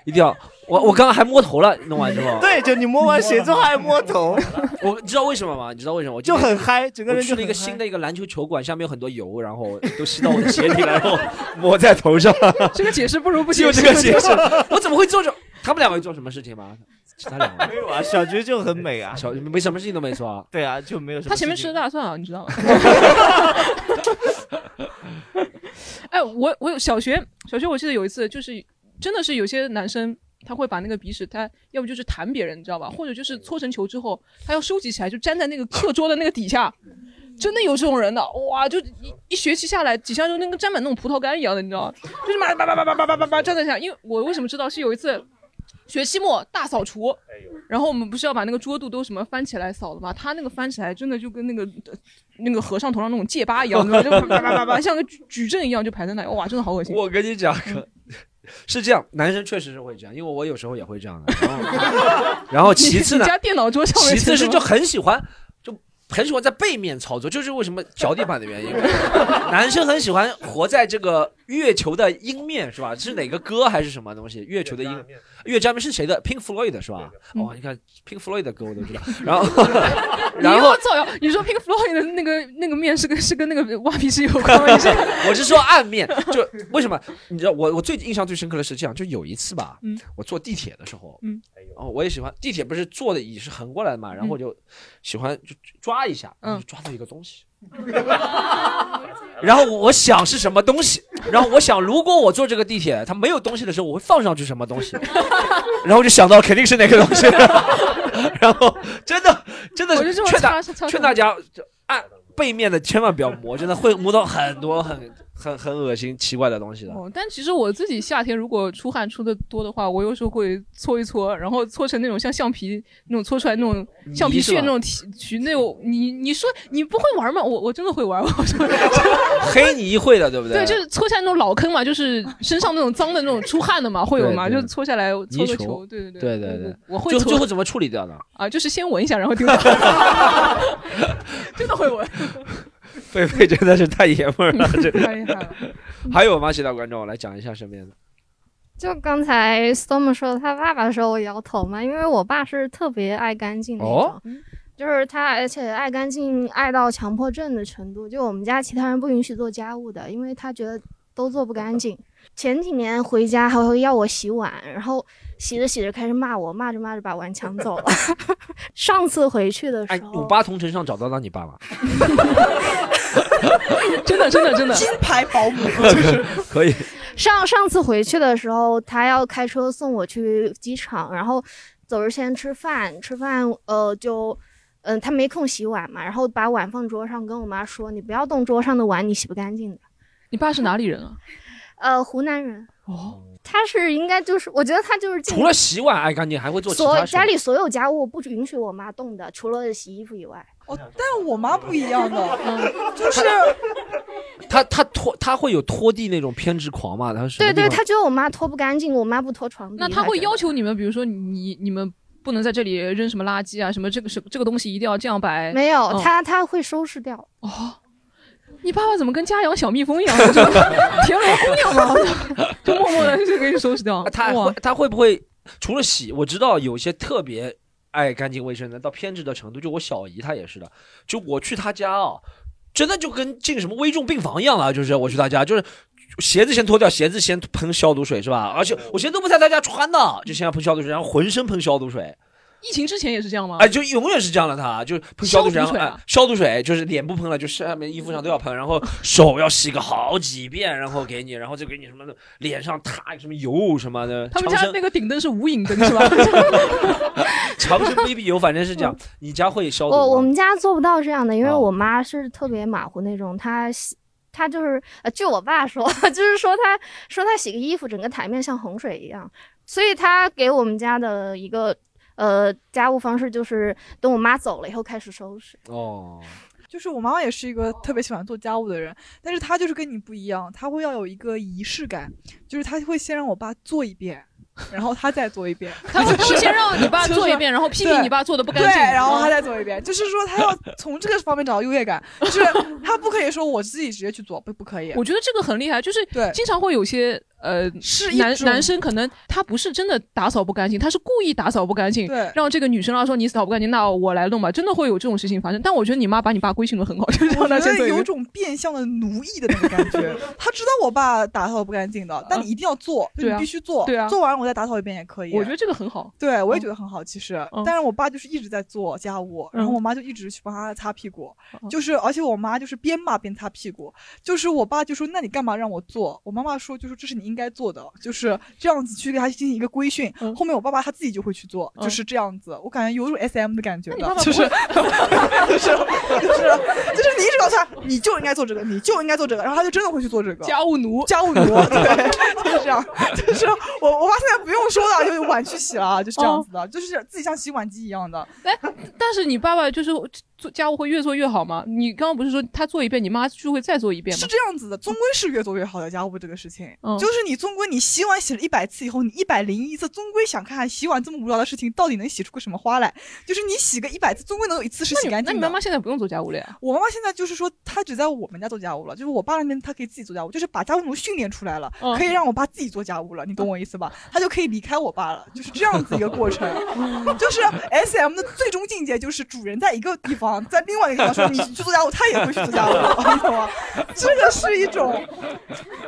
一定要。我我刚刚还摸头了，弄完之 [LAUGHS] 后，对，就你摸完鞋之后还摸头，我你知道为什么吗？你知道为什么？我今就天很嗨，整个我人去就了一个新的。的一个篮球球馆，下面有很多油，然后都吸到我的鞋里了，然后抹在头上。 [LAUGHS] 这个解释不如不解就释。这个解释， [LAUGHS] 我怎么会做这？他们两个会做什么事情吗？其他两没位有啊，小菊就很美啊。小没什么事情都没做啊。对啊，就没有什么事情。他前面吃的大蒜啊，你知 [LAUGHS] 道吗？哎，我我有小学小学，我记得有一次就是真的是有些男生他会把那个鼻屎，他要不就是弹别人，你知道吧？或者就是搓成球之后，他要收集起来，就粘在那个课桌的那个底下。真的有这种人的，哇！就一一学期下来，底下就那个沾满那种葡萄干一样的，你知道吗？ [LAUGHS] 就是嘛叭叭叭叭叭叭叭叭粘在下。因为我为什么知道是有一次学期末大扫除，然后我们不是要把那个桌肚都什么翻起来扫的嘛？他那个翻起来真的就跟那个呃那个和尚头上那种戒疤 [LAUGHS] 一样，就叭叭叭叭叭，像个矩矩阵一样就排在那里，哇，真的好恶心。我跟你讲，嗯可 [LAUGHS] 是这样，男生确实是会这样，因为我有时候也会这 [LAUGHS] 样的。然后，然后其次你呢你， [LAUGHS] 家电脑桌上面其次是什就么很喜欢，就很喜欢在背面操作，就是为什么脚底板的 [LAUGHS] 原因。男生很喜欢活在这个月球的阴面，是吧？是哪个歌还是什么东西？月球的阴，月加面是谁的？Pink Floyd 的是吧？嗯哦，你看 Pink Floyd 的歌我都知道。然 [LAUGHS] 后，然你后又造谣，你说 Pink Floyd 的那个那个面是跟是跟那个挖鼻屎有关吗？你是我 [LAUGHS] 是说暗面， [LAUGHS] 就为什么你知道我我最印象最深刻的是这样，就有一次吧，嗯我坐地铁的时候，嗯，哦，我也喜欢地铁不是坐的椅是横过来的嘛，然后我就喜欢就抓一下，嗯就抓到一个东西。然后我想是什么东西，然后我想如果我坐这个地铁，它没有东西的时候，我会放上去什么东 [LAUGHS] 西，然后我就想到了肯定是哪个东西，然后真的真的我是就这么劝大擦擦擦劝大家就按背面的千万不要磨，真的会磨到很多很很很恶心奇怪的东西的。哦，但其实我自己夏天如果出汗出的多的话，我有时候会搓一搓，然后搓成那种像橡皮那种搓出来那种橡皮泥是屑吧那种体曲那种。你你说你不会玩吗？我我真的会玩，我说黑泥会的，对不对，对，就是搓下来那种老坑嘛，就是身上那种脏的那种出汗 [LAUGHS] 的嘛，会有嘛，对就对搓下来搓个泥球球，对对对对对我对我我会最后最搓后怎么处理掉的？啊，就是先闻一下，然 [LAUGHS] 后丢掉， [LAUGHS] 真的会闻，狒狒真的是太爷们儿了，这 [LAUGHS] 太厉害了。 [LAUGHS] 还有吗？其他观众来讲一下身边的。就刚才 Storm 说他爸爸的时候，我摇头嘛，因为我爸是特别爱干净那种，哦就是他而且爱干净爱到强迫症的程度，就我们家其他人不允许做家务的，因为他觉得都做不干净。前几年回家还会要我洗碗，然后洗着洗着开始骂我，骂着骂着把碗抢走了。 [LAUGHS] 上次回去的时哎候，，五八同城上找到到你 [LAUGHS] 爸爸，真的真的真的，金牌保姆 [LAUGHS] 可以，上上次回去的时候，他要开车送我去机场，然后走之前吃饭，吃饭呃就。嗯，他没空洗碗嘛，然后把碗放桌上，跟我妈说：“你不要动桌上的碗，你洗不干净的。 [LAUGHS] 你爸是哪里人啊？” [LAUGHS] 呃，湖南人，哦，他是应该就是，我觉得他就是进除了洗碗哎爱干净，还会做其所他事家。里所有家务不允许我妈动的，除了洗衣服以外。哦，但我妈不一样的，就是他他拖他会有拖地那种偏执狂嘛？他是什么 [LAUGHS] 对对，地方她觉得我妈拖不干净，我妈不拖床底。那他她会觉得要求你们，比如说你你们不能在这里扔什么垃圾啊，什么这个是这个东西一定要这样摆。没有嗯？她她会收拾 [LAUGHS] 掉。哦，你爸爸怎么跟家养小蜜蜂一样， [LAUGHS] 就田螺姑娘嘛， [LAUGHS] 就默默的就给你收拾掉。他会哇，他会不会除了洗？我知道有些特别爱干净卫生的，到偏执的程度。就我小姨她也是的，就我去她家哦，真的就跟进什么危重病房一样了。就是我去她家，就是鞋子先脱掉，鞋子先喷消毒水是吧？而且我鞋都不在她家穿的，就先要喷消毒水，然后浑身喷消毒水。疫情之前也是这样吗？啊哎，就永远是这样的他，就是喷消毒水，消然毒后水啊哎消毒水就是脸不喷了，就上面衣服上都要喷，然后手要洗个好几遍，然后给你，然后就给你什么的，脸上擦什么油什么的，他们长家生那个顶灯是无影灯是吧？长 [LAUGHS] 生 baby 油，反正是这嗯样。你家会消毒吗？我我们家做不到这样的，因为哦我妈是特别马虎那种，她洗。她就是，呃，据我爸说， [LAUGHS] 就是说她说她洗个衣服，整个台面像洪水一样，所以她给我们家的一个呃家务方式就是，等我妈走了以后开始收拾。哦，就是我妈妈也是一个特别喜欢做家务的人，但是她就是跟你不一样，她会要有一个仪式感，就是她会先让我爸做一遍，然后她再做一 [LAUGHS] 遍，他会他会先让你 [LAUGHS] 爸做一遍，然后批评对你爸做的不干对，净，然后她啊再做一遍，就是说她要从这个方面找到优越感，就是她不可以说我自己直接去做，不不可以，我觉得这个很厉害，就是对经常会有些呃是一男种男生可能他不是真的打扫不干净，他是故意打扫不干净，对让这个女生啊说你扫不干净，那我来弄吧，真的会有这种事情发生。但我觉得你妈把你爸规训的很好，就是让我他觉先得做一有遍。种变相的奴役的那个感 [LAUGHS] 觉。他知道我爸打扫不干净的，但你一定要做，就对你啊必须做，对啊做完我再打扫一遍也可以。我觉得这个很好，对，我也觉得很好，其实嗯。但是我爸就是一直在做家务，然后嗯我妈就一直去帮他擦屁股，嗯就是而且我妈就是边骂边擦屁股，就是我爸就说那你干嘛让我做？我妈妈说就是这是你应该做的，就是这样子去给他进行一个规训。嗯后面我爸爸他自己就会去做，嗯就是这样子，我感觉有种 S M 的感觉那你的爸，爸就是不 [LAUGHS] 就是就是就是你一直告诉他你就应该做这个，你就应该做这个，然后他就真的会去做这个。家务奴。家务奴，对，就是这样，就是我我爸现在不用说了，就是碗去洗了，就是这样子的，就是自己像洗碗机一样的。哦哎， [LAUGHS] 但是你爸爸就是做家务会越做越好吗？你刚刚不是说他做一遍，你妈就会再做一遍是吗？这样子的，终归是越做越好的家务这个事情，嗯就是你终归你洗碗洗了一百次以后，你一百零一次终归想看看洗碗这么无聊的事情到底能洗出个什么花来，就是你洗个一百次，终归能有一次是那洗你干净那的。你妈妈现在不用做家务了呀？我妈妈现在就是说，她只在我们家做家务了，就是我爸那边她可以自己做家务，就是把家务奴训练出来了，嗯可以让我爸自己做家务了，你懂我意思吧？她就可以离开我爸了，就是这样子一个过 [LAUGHS] 程。就是 S M 的最终境界就是主人在一个地方，在另外一个地方说你去做家务，他也会去做家务， [LAUGHS] 你懂吗？这个是一种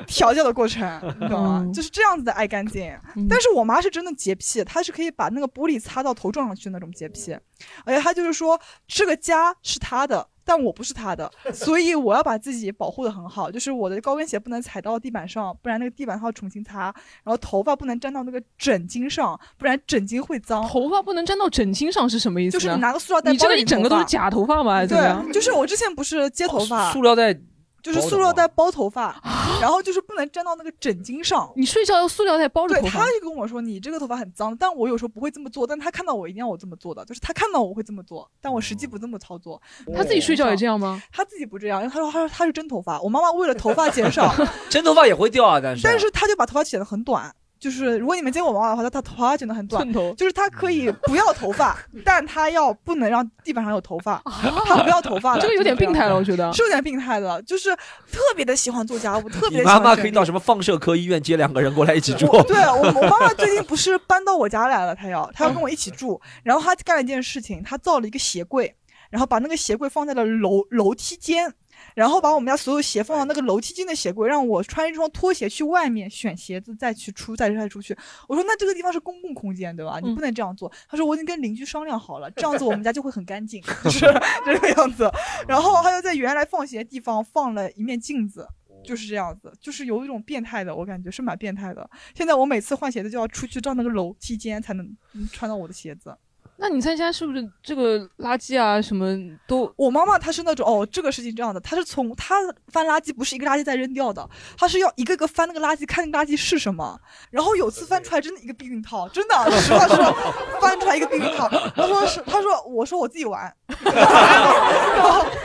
调教的过程，你懂吗？嗯就是这样子的爱干净。嗯但是我妈是真的洁癖，她是可以把那个玻璃擦到头撞上去的那种洁癖，而且她就是说这个家是她的。但我不是她 [LAUGHS] 的，所以我要把自己保护的很好，就是我的高跟鞋不能踩到地板上，不然那个地板上要重新擦，然后头发不能沾到那个枕巾上，不然枕巾会脏。头发不能粘到枕巾上是什么意思就呢？是你拿个塑料袋你这包着个一整个都是头假头发吗？发。还啊是怎么样？对，就是我之前不是接头发，塑料袋就是塑料袋包头发，然后就是不能粘到那个枕巾上。啊你睡觉要塑料袋包着对，头他发。就跟我说你这个头发很脏，但我有时候不会这么做，但他看到我一定要我这么做的，就是他看到我会这么做，但我实际不这么操作。他自己睡觉也这样吗？他自己不这样，因为他说他说他是真头发，我妈妈为了头发减 [LAUGHS] 少，真头发也会掉啊，但是但是他就把头发剪得很短。就是如果你们见过我妈妈的话，她她头发剪得很短，寸头。就是她可嗯以不要头 [LAUGHS] 发，但她要不能让地板上有头发，哦她不要头发了，这个有点病态了，我觉得。是有点病态的，就是特别的喜欢做家务，特别地你喜妈欢妈整可以理到什么放射科医院接两个人过来一起住。我对我，我妈妈最近不是搬到我家来了，她要她要跟我一起住，然后她干了一件事情，她造了一个鞋柜，然后把那个鞋柜放在了楼楼梯间。然后把我们家所有鞋放到那个楼梯间的鞋柜，让我穿一双拖鞋去外面选鞋子，再去出，再再出去。我说那这个地方是公共空间，对吧？你不能这样做。他说我已经跟邻居商量好了，这样子我们家就会很干净， [LAUGHS] 就是这个样子。然后他又在原来放鞋的地方放了一面镜子。就是这样子，就是有一种变态的，我感觉是蛮变态的。现在我每次换鞋子就要出去到那个楼梯间才能嗯穿到我的鞋子。那你参加是不是这个垃圾啊什么都？我妈妈她是那种哦，这个事情这样的，她是从她翻垃圾不是一个垃圾再扔掉的，她是要一个个翻那个垃圾，看那个垃圾是什么。然后有次翻出来真的一个避孕套，真的，实话实说，翻出来一个避孕套。她说是，她说我说我自己玩， [LAUGHS]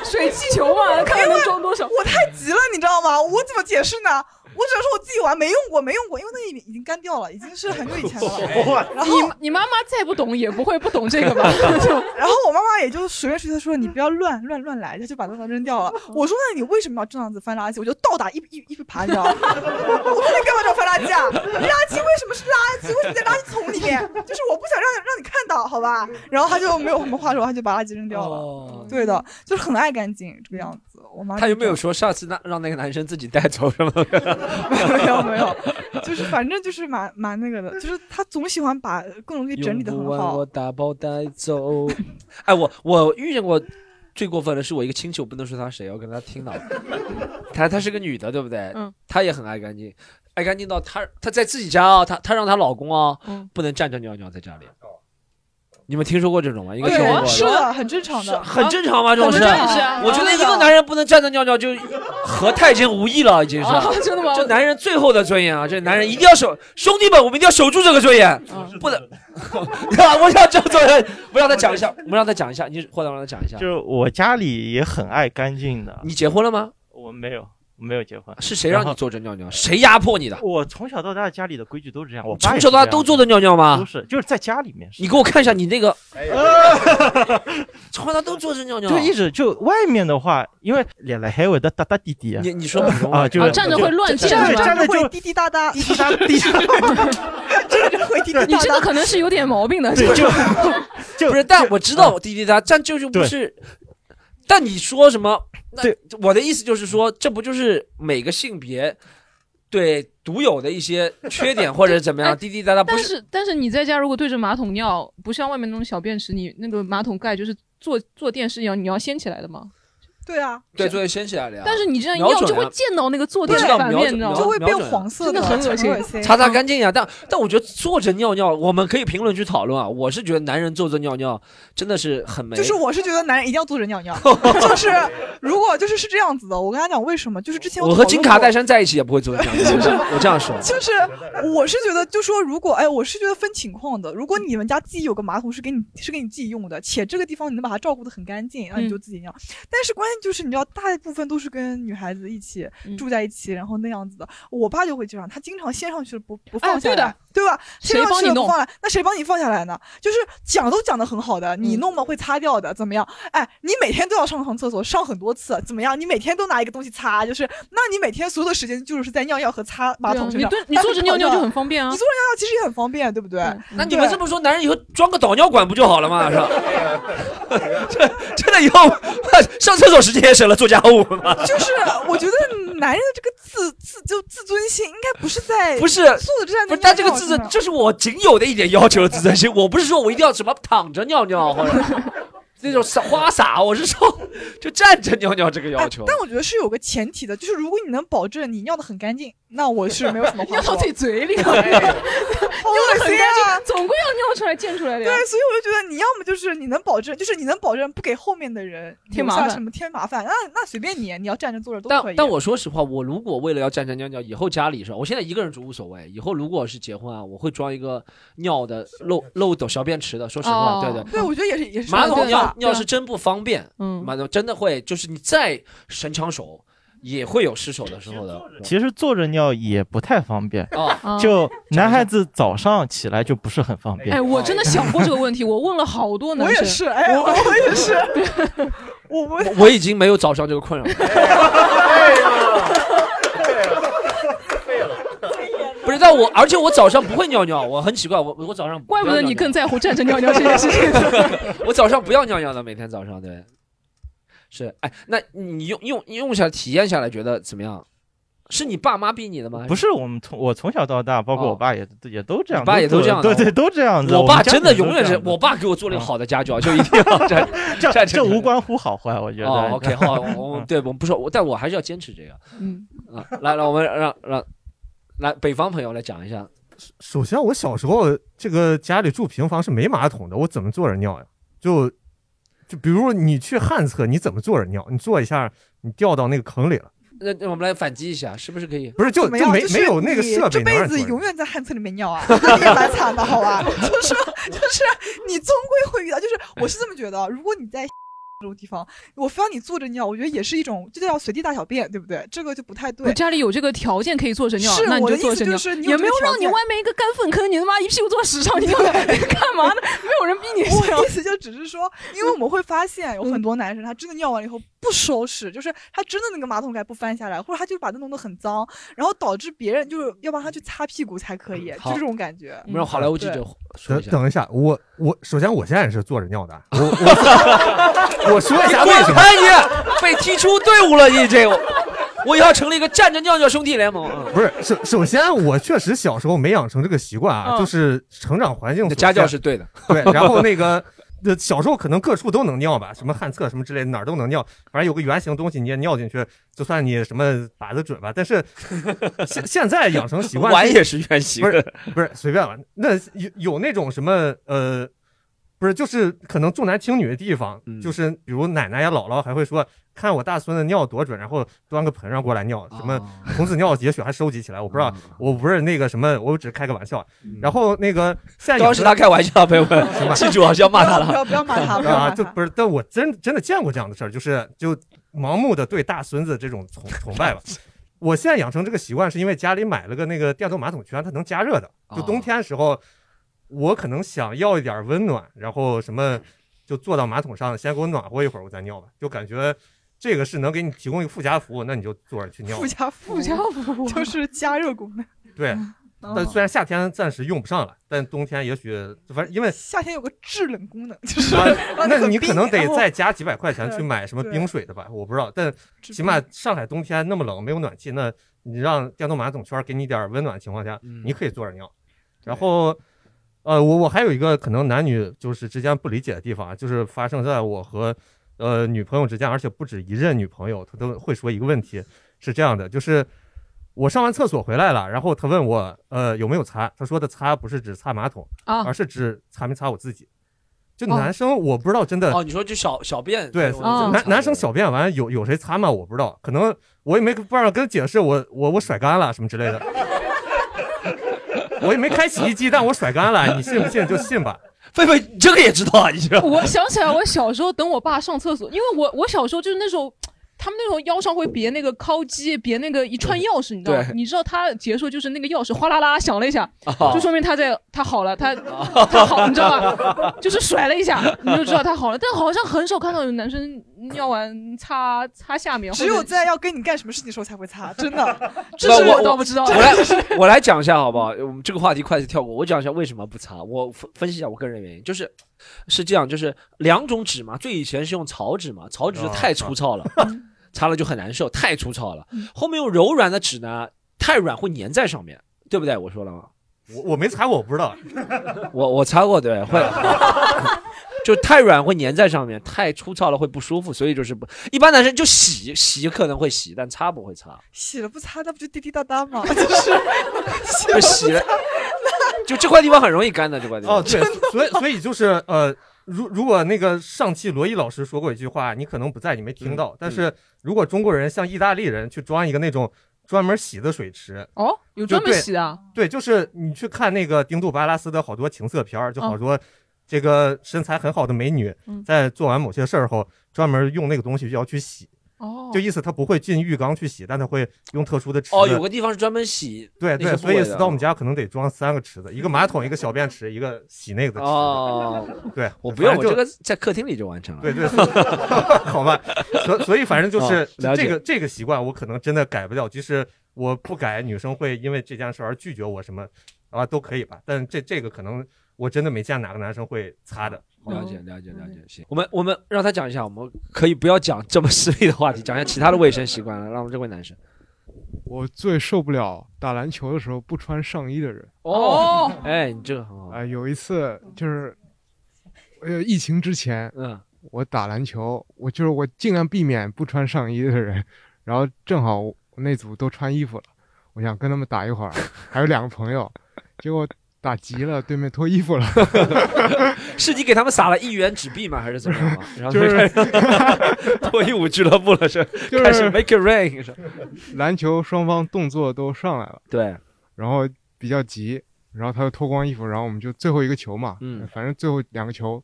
水气球嘛，看看能装多少。我太急了，你知道吗？我怎么解释呢？我只能说我自己玩，没用过，没用过，因为那个已经已经干掉了，已经是很久以前的 [LAUGHS] 了。然后你你妈妈再不懂也不会不懂 [LAUGHS] 这个吧？就然后我妈妈也就随便说，她说你不要乱乱乱来，她就把那个扔掉 [LAUGHS] 了。我说那你为什么要这样子翻垃圾？我就倒打一 [LAUGHS] 一一盘，你知道吗？我说你干嘛这样翻垃圾啊？垃圾为什么是垃圾？为什么在垃圾桶里 [LAUGHS] 面？就是我不想让让你看到，好吧？然后她就没有什么话说，她就把垃圾扔掉了。对的，就是很爱干净这个样子。我妈哦他有没有说上次那让那个男生自己带走什么的？ [LAUGHS] 没有没有， [LAUGHS] 就是反正就是蛮蛮那个的，就是她总喜欢把各种东西整理的用很不完好我。打包带 [LAUGHS] 走。哎，我我遇见过最过分的是我一个亲戚，我不能说他谁，我可能他听到了。她她是个女的，对不对？嗯。她也很爱干净，爱干净到她她在自己家哦，她她让她老公哦，嗯不能站着尿尿在家里。你们听说过这种吗？应该听对说有过啊的。是的，很正常的。很正常吗？这种事，很正常我觉得一个男人不能站着尿尿就和太监无异了，已经是。 [LAUGHS] 啊，真的吗？这男人最后的尊严啊！这男人一定要守，兄弟们，我们一定要守住这个尊严，不能。 [LAUGHS] 啊我想这种人，我让他讲一下，我们让他讲一下，你或者让他讲一 [LAUGHS] 下就。是我家里也很爱干净的，你结婚了吗？我没有没有结婚，是谁让然你后坐着尿尿？谁压迫你的？我从小到大家里的规矩都是这样，我爸从也小是到大这样都坐着尿尿都吗？是就是在家里面是，你给我看一下你那个，从小到大都坐着尿尿。就一 [LAUGHS] 直 [LAUGHS] 就外面的话，因为脸来黑我的大大弟弟啊你你说普通啊，话，就是啊站着会乱就溅站是着吧？站着会就滴滴答答，滴滴答滴答，真的会滴滴你答这答个。可能是有点毛病的，对，就就啊不是？但我知啊道我滴滴答，但就是不是。但你说什么？那对，我的意思就是说，这不就是每个性别对独有的一些缺 [LAUGHS] 点或者怎么哎样？滴滴答答不但是是但是你在家如果对着马桶尿，不像外面那种小便池，你那个马桶盖就是坐坐垫是一样，你要掀起来的嘛。对啊，对，作业掀起来了呀。但是你这样瞄尿准啊就会呀溅到那个坐垫我知道反瞄面，准你知道瞄就吗？会变黄色真的很恶心擦擦干净呀、但但我觉得坐着尿尿，我们可以评论区讨论啊。我是觉得男人坐着尿尿真的是很没，就是我是觉得男人一定要坐着尿尿， [LAUGHS] 就是如果就是是这样子的，我跟他讲为什么，就是之前我讨和论金卡过戴珊在一起也不会坐着 [LAUGHS] 尿尿， [LAUGHS] 我这样说。就是我是觉得，就说如果哎，我是觉得分情况的。如果你们家自己有个马桶是给你是给你自己用的，且这个地方你能把它照顾得很干净，那你嗯就自己尿。但是关键就是你知道，大部分都是跟女孩子一起嗯住在一起，然后那样子的。我爸就会这样，他经常先上去了不不哎放下对的来，对吧？谁先上帮去你了不弄放下来，那谁帮你放下来呢？就是讲都讲得很好的，你嗯弄嘛会擦掉的，怎么样？哎，你每天都要上趟厕所，上很多次，怎么样？你每天都拿一个东西擦，就是那你每天所有的时间就是在尿尿和擦马对啊桶身你上。蹲你但坐 [LAUGHS] 是着尿尿跑就掉很方便啊你。坐着尿尿其实也很方便，对不对？嗯那你们这么说，男人以后装个导尿管不就好了吗？是吧？这真的以后上厕所时间也省了，做家务嘛。 [LAUGHS] 就是我觉得男人的这个自自就自尊心应该不是在不是，坐着站着不是，他尿尿这个自身尊，上这是我仅有的一点要求的自尊心。我不是说我一定要什么躺着尿 [LAUGHS] 尿或者那种撒花洒，我是说 [LAUGHS] 就站着尿尿这个要哎求。但我觉得是有个前提的，就是如果你能保证你尿的很干净，那我是没有什么话 [LAUGHS] 尿说到的。自己 [LAUGHS] 嘴里了，尿得好恶很心干啊！净，总归要尿出来溅出来的呀对。，所以我就觉得你要么就是 [LAUGHS] 你能保证，就是你能保证不给后面的人添留麻下烦什么添麻烦，那那随便你，你要站着坐着都但可以。啊但我说实话，我如果为了要站站尿尿，以后家里是吧，我现在一个人住无所谓。以后如果是结婚啊，我会装一个尿的漏漏斗小便池 [LAUGHS] 的。说实话，哦对对，对我觉得也是也是马个桶方尿法嗯尿是真不方便，嗯，马桶真的会，就是你再神枪手也会有失手的时候的。其实坐着尿也不太方便，啊，啊就男孩子早上起来就不是很方哎，便。我真的 [LAUGHS] 想过这个问题，我问了好多男我也生，是，哎，我我也是， [LAUGHS] 我我我我已经没有早上这个困扰了。不是，但我而且我早上不会尿尿，我很奇怪，我我早上怪不得你 [LAUGHS] 更。更在乎站着尿尿这件事情。我早上不要尿尿的，每天早上对。是，哎，那你用用用下来体验下来，觉得怎么样？是你爸妈逼你的吗？不是，我们从我从小到大，包括我爸也、都也都这样，哦你爸也都做这样的哦对对，都这样子。我们爸家真的里都永远这是样子嗯我爸给我做了一个好的家教，就一定 [LAUGHS] 要这这这这这无关乎好坏，我觉得。 [LAUGHS] 哦，OK，好，我我对我们不说，我但我还是要坚持这个嗯，啊。来来，我们让让来北方朋友来讲一下，首先，我小时候这个家里住平房是没马桶的，我怎么坐着尿呀？就就比如你去旱厕，你怎么坐着尿？你坐一下，你掉到那个坑里了，那那我们来反击一下，是不是可以？不是就怎么样？没就是没有那个你设备这能让辈你子坐着永远在旱厕里面尿啊，那也蛮惨的，好吧？就是就是你终归会遇到，就是我是这么觉得，啊如果你在这种地方，我非要你坐着尿，我觉得也是一种，这叫随地大小便，对不对？这个就不太我 [LAUGHS] 对。家里有这个条件可以坐着尿是，那你我的意坐思着就尿，是你有也这没有个条让你件外面一个干粪坑，你他妈一屁股坐屎上，你 [LAUGHS] 尿干嘛呢？没有人逼你嗯这样我的。意思就只是说，因为我们会发现有很多男生他真的尿完了以后不收拾，就是他真的那个马桶盖不翻下来，或者他就把它弄得很脏，然后导致别人就是要帮他去擦屁股才可嗯以，好就这种感觉嗯我。们让好莱坞记者对说等一下。等一下，我我首先我现在也是坐着尿的，啊我 [LAUGHS] 我我说一下为什么？哎，你被踢出队伍了，你这个，我以后要成立一个站着尿尿兄弟联盟。嗯不是首首先我确实小时候没养成这个习惯啊，嗯就是成长环境你所的家教限是对的，对，然后那个呃小时候可能各处都能尿吧，什么旱厕什么之类的哪儿都能尿，反正有个圆形东西你也尿进去，就算你什么靶子准吧。但是现现在养成习惯 [LAUGHS] 碗就也是圆形不的是，不是随便玩，那有有那种什么呃，不是就是可能重男轻女的地方，嗯就是比如奶奶呀姥姥还会说看我大孙子尿多准，然后端个盆上过来尿，什么啊童子尿也许还收集起来，我不知道。嗯我不是那个什么，我只是开个玩笑。然后那个现在刚刚养是成嗯他开玩笑，朋友们，吧记住啊，是要骂他不了。要不要骂他，不要啊，骂就他。不是，但我真真的见过这样的事儿，就是就盲目的对大孙子这种崇崇拜吧。我现在养成这个习惯，是因为家里买了个那个电动马桶圈，它能加热的。就哦冬天的时候，我可能想要一点温暖，然后什嗯么就坐到马桶上，先给我暖和一会儿，我再尿吧。就感觉这个是能给你提供一个附加服务，那你就坐着去尿附。加嗯服务 [LAUGHS] 附加服务就是加热功能。 [LAUGHS] 对，但哦虽然夏天暂时用不上了，但冬天也许反正因为夏天有个制冷功能，就是啊让那很你可冰能得然后再加几百块钱对去买什么对冰水的吧，我不知道。但制起码冰上海冬天那么冷，没有暖气，那你让电动马桶圈给你点温暖的情况下，你可以坐着尿。然后，呃，我我还有一个可能男女就是之间不理解的地方啊，就是发生在我和呃女朋友之间，而且不止一任女朋友，她都会说一个问题，是这样的，就是我上完厕所回来了，然后她问我呃有没有擦，她说的擦不是指擦马桶，哦啊而是指擦没擦我自己。就哦男生我不知道真的哦，你说就小小便对，哦男男生小便完有有谁擦吗？我不知道，可能我也没办法跟他解释，我我我甩干了什么之类的。 [LAUGHS] 我也没开洗衣机，但我甩干了，你信不信就信吧。狒狒，你这个也知道啊？你这我想起来，我小时候等我爸上厕所，因为我我小时候就是那种。他们那种腰上会别那个敲击，别那个一串钥匙，你知道吗对？你知道他结束就是那个钥匙哗啦啦响了一下，啊就说明他在他好了，他他好，你知道吗？就是甩了一下，你就知 [LAUGHS] 道他好了。但好像很少看到有男生尿完擦擦下面，只或者有在要跟你干什么事情的时候才会擦，真的。这那是我倒不知道。 [LAUGHS] 我来，我来讲一下好不好？我们这个话题快速跳过，我讲一下为什么不擦。我分分析一下我个人原因，就是是这样，就是两种纸嘛，最以前是用草纸嘛，草哦纸是太粗糙了， [LAUGHS] 擦了就很难受，太粗糙了。后面用柔软的纸呢，太软会粘在上面，对不对？我说了吗？我我没擦过，我不知道。 [LAUGHS] 我我擦过，对，会，就太软会粘在上面，太粗糙了会不舒服，所以就是不一般男生就洗洗可能会洗，但擦不会擦，洗了不擦，那不就滴滴答答吗？ [LAUGHS] 就是洗就了洗了，就这块地方很容易干的这块地方。哦，对，所以所以就是呃，如如果那个上期罗毅老师说过一句话，你可能不在，你没嗯听到。但是如果中国人像意大利人去装一个那种专门洗的水池，哦，有专门就对洗的啊，对，就是你去看那个丁杜巴拉斯的好多情色片儿，就好多这个身材很好的美女嗯，在做完某些事儿后，专门用那个东西要去洗，哦，就意思她不会进浴缸去洗，但她会用特殊的池子。哦，有个地方是专门洗对那对，个所以部位的 storm 家可能得装三个池子，一个马桶，一个小便池，一个洗那个的池子。哦，对，我不用，反我正这就个在客厅里就完成了。对 [LAUGHS] 对， [LAUGHS] 所以好吧，所所以反正就是哦了解这个这个习惯，我可能真的改不了，就是我不改，女生会因为这件事而拒绝我什么啊都可以吧，但这这个可能我真的没见哪个男生会擦的。了解了解了解，嗯行，我们我们让他讲一下，我们可以不要讲这么私密的话题，讲 [LAUGHS] 一下其他的卫生习惯了。让我们这位男生，我最受不了打篮球的时候不穿上衣的人。哦哎，你这个很好。哎、有一次就是，呃，疫情之前，嗯，我打篮球，我就是我尽量避免不穿上衣的人， [LAUGHS] 然后正好我那组都穿衣服了，我想跟他们打一会儿，还有两个朋友，结果打急了，对面脱衣服了， [LAUGHS] 是你给他们撒了一元纸币吗？还是怎么样 [LAUGHS] 吗？然后就是 [LAUGHS] 脱衣舞俱乐部了是，就是开始 make it rain 是。篮球双方动作都上来了，对，然后比较急，然后他就脱光衣服，然后我们就最后一个球嘛，嗯反正最后两个球，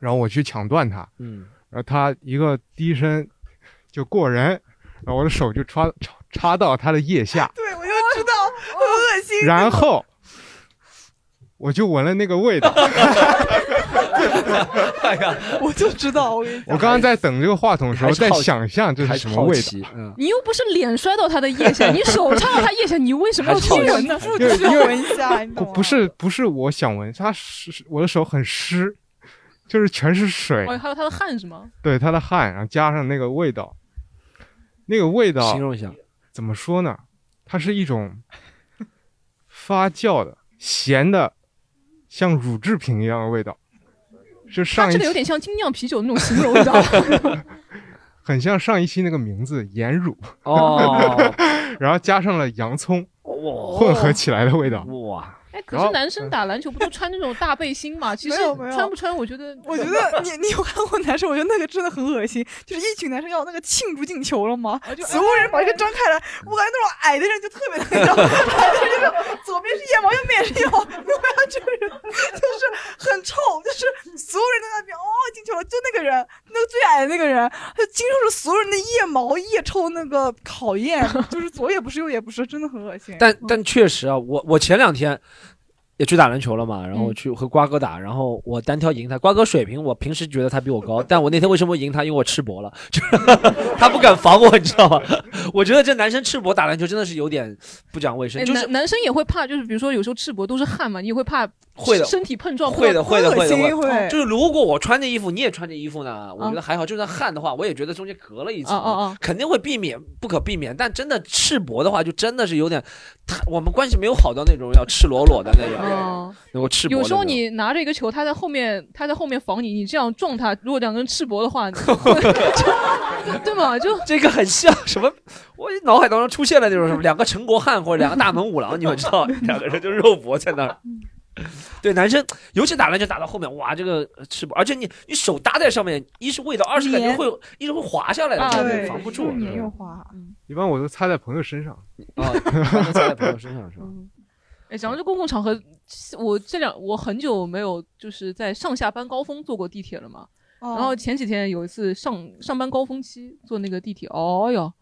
然后我去抢断他，嗯，然后他一个低身就过人，然后我的手就插插插到他的腋下，对，我就知道很恶心。然后我就闻了那个 [LAUGHS] 味道。哎呀，我就知道，我跟你讲我刚刚在等这个话筒的时候，还是在好奇想象这是什么好味奇道。，嗯， [LAUGHS] 你又不是脸摔到他的腋下，你手插到他腋下，你为什么要去闻呢？不只是闻一下，你不懂吗？不是不是我想闻，它是是我的手很湿，就是全是水，哦，还有他的汗是吗？对它的汗，然后加上那个味道，那个味道形容一下，怎么说呢？它是一种发酵的咸的，像乳制品一样的味道，就他上一这个有期点像精酿啤酒那种形容味道。很像上一期那个名字盐乳，哦， [LAUGHS] 然后加上了洋葱哦哇混合起来的味道。哇，哎，可是男生打篮球不都穿那种大背心嘛？其实没有没有穿不穿，我觉得我觉得你 [LAUGHS] 你有看过男生，我觉得那个真的很恶心，就是一群男生要那个庆祝进球了吗？所有人把这个张开来，我感觉那种矮的人就特别难受， [LAUGHS] 矮的人就是左边是腋毛，右边是腋 [LAUGHS] 毛，你有看这个人就是很臭，就是所有人都在那边哦进球了，就那个人，那个最矮的那个人，他就经受着所有人的腋毛腋臭那个考验，就是左也不是右也不是，真的很恶心。但但确实啊，我我前两天也去打篮球了嘛，嗯然后去和瓜哥打，然后我单挑赢他。瓜哥水平，我平时觉得他比 [LAUGHS] 我高，但我那天为什么赢他？因为我赤膊了， [LAUGHS] 就是他不敢防我，你知道吗？ [LAUGHS] 我觉得这男生赤膊打篮球真的是有点不讲卫生，哎就是男男生也会怕，就是比如说有时候赤膊都是汗嘛，你也会怕会的身体碰撞。会的，会的，会的，会会会的。就是如果我穿着衣服，你也穿着衣服呢，我觉得还好。就算汗的话，我也觉得中间隔了一层，嗯哦哦哦肯定会避免不可避免。但真的赤膊的话，就真的是有点，他我们关系没有好到那种要赤裸裸的那种。哦，那我赤膊的那种。有时候你拿着一个球，他在后面，他在后面防你，你这样撞他，如果两个人赤膊 [LAUGHS] 的话，就对吗？就这个很像什么？我脑海当中出现了那种什么两个陈国汉或者两个大门五郎，你们知道，两个人就肉搏在那儿。对，男生尤其打篮球打到后面，哇，这个呃翅膀，而且你你手搭在上面，一是味道，二是感觉黏会一是会滑下来的，啊感觉对，防不又住。黏又滑，一般我都擦在朋友身上，啊，刚才在朋友身上是吧？哎，讲到这公共场合，我这两我很久没有就是在上下班高峰坐过地铁了嘛。然然后前几天有一次上上班高峰期坐那个地铁，哦哟，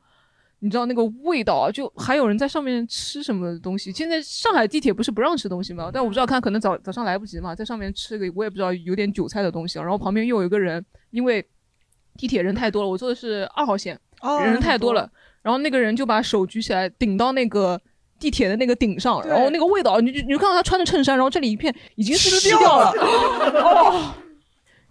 你知道那个味道啊，就还有人在上面吃什么东西。现在上海地铁不是不让吃东西吗？但我不知道，看可能早早上来不及嘛，在上面吃个我也不知道有点韭菜的东西啊。然后旁边又有一个人，因为地铁人太多了，我坐的是二号线，哦人太多了，然后那个人就把手举起来顶到那个。地铁的那个顶上，对然后那个味道，你就你就看到他穿着衬衫，然后这里一片已经是湿掉掉了 [LAUGHS] 了，哦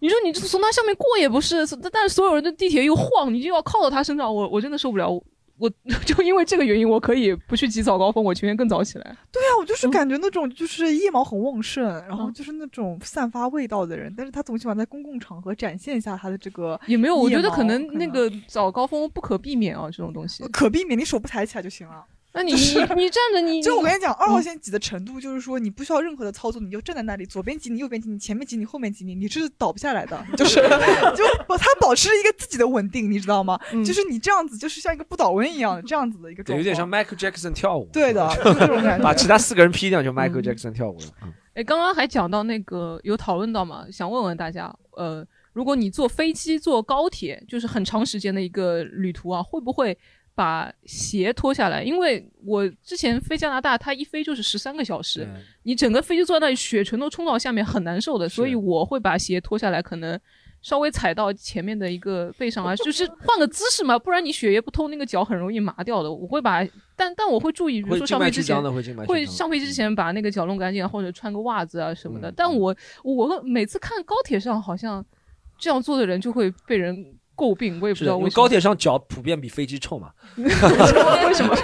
你说你这从他下面过也不是，但但是所有人的地铁又晃，你就要靠到他身上，我我真的受不了。我我 [LAUGHS] 就因为这个原因，我可以不去挤早高峰，我情愿更早起来。对啊，我嗯就是感觉那种就是腋毛很旺盛，然后就是那种散发味道的人，但是他总喜欢在公共场合展现一下他的这个也没有，我夜觉得猫可能可那个早高峰不可避免啊，这种东西。可避免，你手不抬起来就行了。那你你 [LAUGHS] 你站着你，嗯就我跟你你讲，二号线挤的程度就是说，你不需要任何的操作，你就站在那里，左边挤你，右边挤你，前面挤你，后面挤你，你是倒不下来的，就是 [LAUGHS] 就保他保持一个自己的稳定，你知道吗？嗯就是你这样子，就是像一个不倒翁一样的这样子的一个对，状有点像况。 Michael Jackson 跳舞。对的，就是这种感 [LAUGHS] 把觉。其他四个人劈掉，嗯就 Michael Jackson 跳舞了。哎，刚刚还讲到那个有讨论到嘛，想问问大家，呃，如果你坐飞机、坐高铁，就是很长时间的一个旅途啊，会不会把鞋脱下来？因为我之前飞加拿大，它一飞就是十三个小时对，，你整个飞机坐在那里，血全都冲到下面，很难受的。所以是我会把鞋脱下来，可能稍微踩到前面的一个背上啊， [LAUGHS] 就是换个姿势嘛，不然你血液不通，那个脚很容易麻掉的。我会把，但但我会注意，比如会静说上脉飞曲之前张的会静脉曲张的上飞机之前把那个脚弄干净，或者穿个袜子啊什么的。嗯但我我每次看高铁上好像这样做的人就会被人诟病，我也不是知道的，因为为什么。高铁上脚普遍比飞机臭嘛， [LAUGHS] 为什么？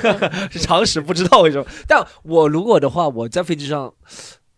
[LAUGHS] 是常识，不知道为什么。但我如果的话，我在飞机上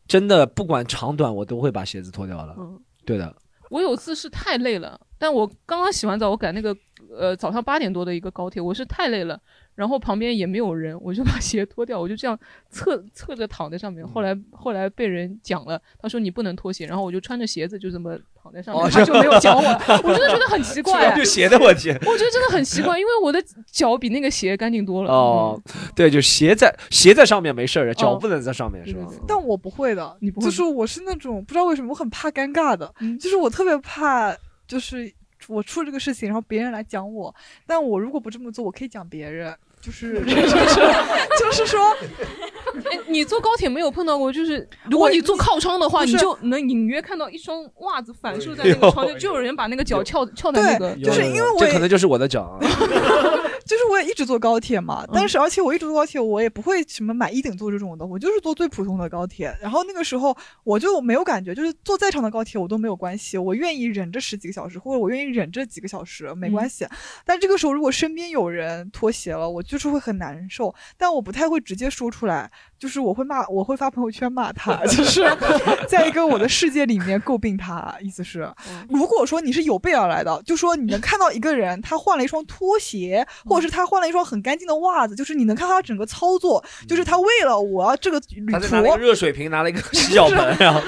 真的不管长短，我都会把鞋子脱掉了。嗯对的，我有次是太累了，但我刚刚洗完澡，我赶那个呃早上八点多的一个高铁，我是太累了，然后旁边也没有人，我就把鞋脱掉，我就这样侧侧着躺在上面。后来嗯后来被人讲了，他说你不能脱鞋，然后我就穿着鞋子就这么躺在上面，哦他是就没有讲我了，我真的觉得很 [LAUGHS] 奇怪、啊就鞋的问题。我觉得真的很奇怪，因为我的脚比那个鞋干净多了。哦，对，就鞋在鞋在上面没事儿，哦脚不能在上面、是吧？但我不会的，你不嗯会就是我是那种不知道为什么我很怕尴尬的，就是我特别怕，就是我出了这个事情，然后别人来讲我，但我如果不这么做，我可以讲别人，就是 [LAUGHS] 就是就是说，哎 [LAUGHS] 你坐高铁没有碰到过， [LAUGHS] 就是如果你坐靠窗的话，不是你就能隐约看到一双袜子反射在哎那个窗前，就有人把那个脚翘翘在那个，有有有这可能就是我的脚啊，就是我也一直坐高铁嘛，嗯但是而且我一直坐高铁，我也不会什么买一等座这种的，我就是坐最普通的高铁。然后那个时候我就没有感觉，就是坐再长的高铁我都没有关系，我愿意忍这十几个小时，或者我愿意忍这几个小时没关系。但这个时候如果身边有人脱鞋了，我就是会很难受，但我不太会直接说出来，就是我会骂，我会发朋友圈骂他，就是在一个我的世界里面诟病他，意思是，如果说你是有备而来的，就说你能看到一个人他换了一双拖鞋，或者是他换了一双很干净的袜子，就是你能看到他整个操作，就是他为了我要这个旅他途是拿了一个，热水瓶，拿了一个洗脚 [LAUGHS] 盆啊，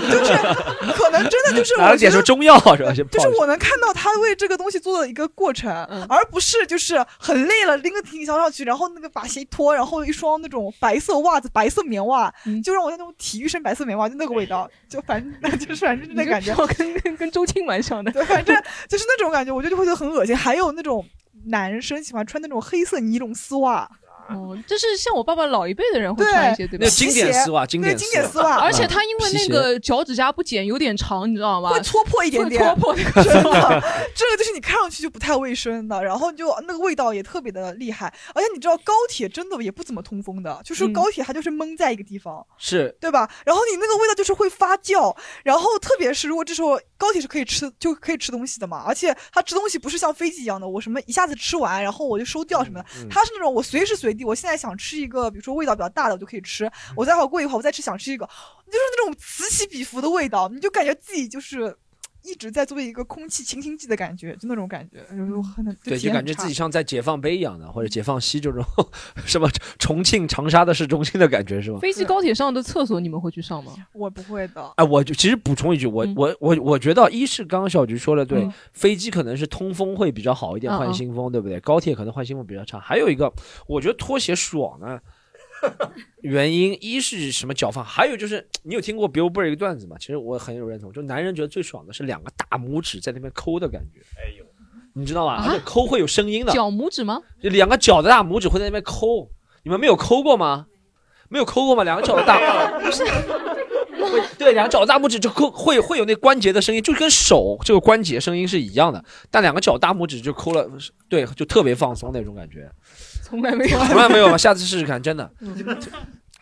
可能真的 [LAUGHS] 就是拿我了觉点得什么中药啊是吧？就就是我能看到他为这个东西做的一个过程，嗯而不是就是很累了拎个行李箱上去，然后那个把鞋一脱，然后一双那种白色袜子、白色棉袜，嗯就让我像那种体育生白色棉袜，就那个味道，就反 [LAUGHS] 正就是反正就那感觉，你这票跟跟跟周青蛮像的，对，反正就是那种感觉，我觉得会觉得很恶心。还有那种男生喜欢穿那种黑色尼龙丝袜，哦，就是像我爸爸老一辈的人会穿一些，对对吧？那经典皮鞋丝袜经典对经典丝袜啊而且他因为嗯那个脚趾甲不剪有点长，你知道吗？会戳破一点点，会戳破真的，这个就是你看上去就不太卫生的，然后就那个味道也特别的厉害，而且你知道高铁真的也不怎么通风的，就是高铁它就是闷在一个地方。是对吧？然后你那个味道就是会发酵，然后特别是如果这时候高铁是可以吃，就可以吃东西的嘛，而且它吃东西不是像飞机一样的，我什么一下子吃完，然后我就收掉什么的，嗯它是那种我随时随地，我现在想吃一个，比如说味道比较大的，我就可以吃，嗯我再好过一会儿我再吃想吃一个，就是那种此起彼伏的味道，你就感觉自己就是。一直在作为一个空气清新剂的感觉，就那种感觉，有时候很嗯对，体就验感很觉自己差像在解放碑一样的，或者解放西这种 [LAUGHS] 什么重庆、长沙的市中心的感觉是吗？飞机、高铁上的厕所你们会去上 [LAUGHS] 吗？我不会的，哎，我就其实补充一句，我、我我我觉得一是刚刚小菊说的对，嗯飞机可能是通风会比较好一点，嗯换嗯新风，对不对？高铁可能换新风比较差。还有一个，我觉得拖鞋爽 [LAUGHS] 呢、原因一是什么脚放，还有就是你有听过 Bill Burr 一个段子吗？其实我很有认同，就男人觉得最爽的是两个大拇指在那边抠的感觉。哎呦， [LAUGHS] 你知道吧？啊而且抠会有声音的，脚拇指吗？就两个脚的大拇指会在那边抠。你们没有抠过吗？没有抠过吗？两个脚的大，不是，会对，两个脚的大拇指就抠，会会有那关节的声音，就跟手这个关节声音是一样的，但两个脚大拇指就抠了，对，就特别放松那种感觉，从来没有，从来没有吗？下次试试看，真的嗯。 [LAUGHS]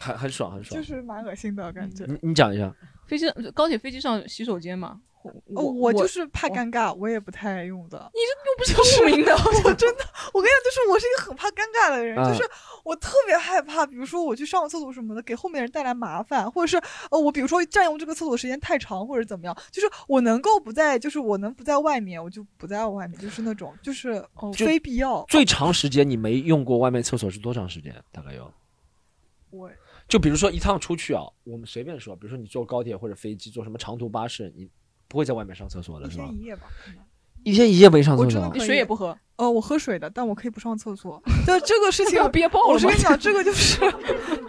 很很爽，很爽就。是蛮恶心的感觉。你你讲一下，飞机高铁飞机上洗手间嘛，我嗯哦，我就是怕尴尬，我也不太用的。你这又不是我著名的，我真的，我跟你讲，就是我是一个很怕尴尬的人，啊就是我特别害怕，比如说我去上个厕所什么的，给后面人带来麻烦，或者是呃，我比如说占用这个厕所时间太长，或者怎么样，就是我能够不在，就是我能不在外面，我就不在外面，就是那种，就是、哦、就非必要。最长时间你没用过外面厕所是多长时间？大概有？我就比如说一趟出去啊，我们随便说，比如说你坐高铁或者飞机，坐什么长途巴士，你不会在外面上厕所的一是吧哦天？一夜吧，一天一夜没上我厕真的所可以，水也不喝。呃，我喝水的，但我可以不上厕所。 [LAUGHS] 就这个事情， [LAUGHS] 要憋爆了吗我是跟你讲，这个就是，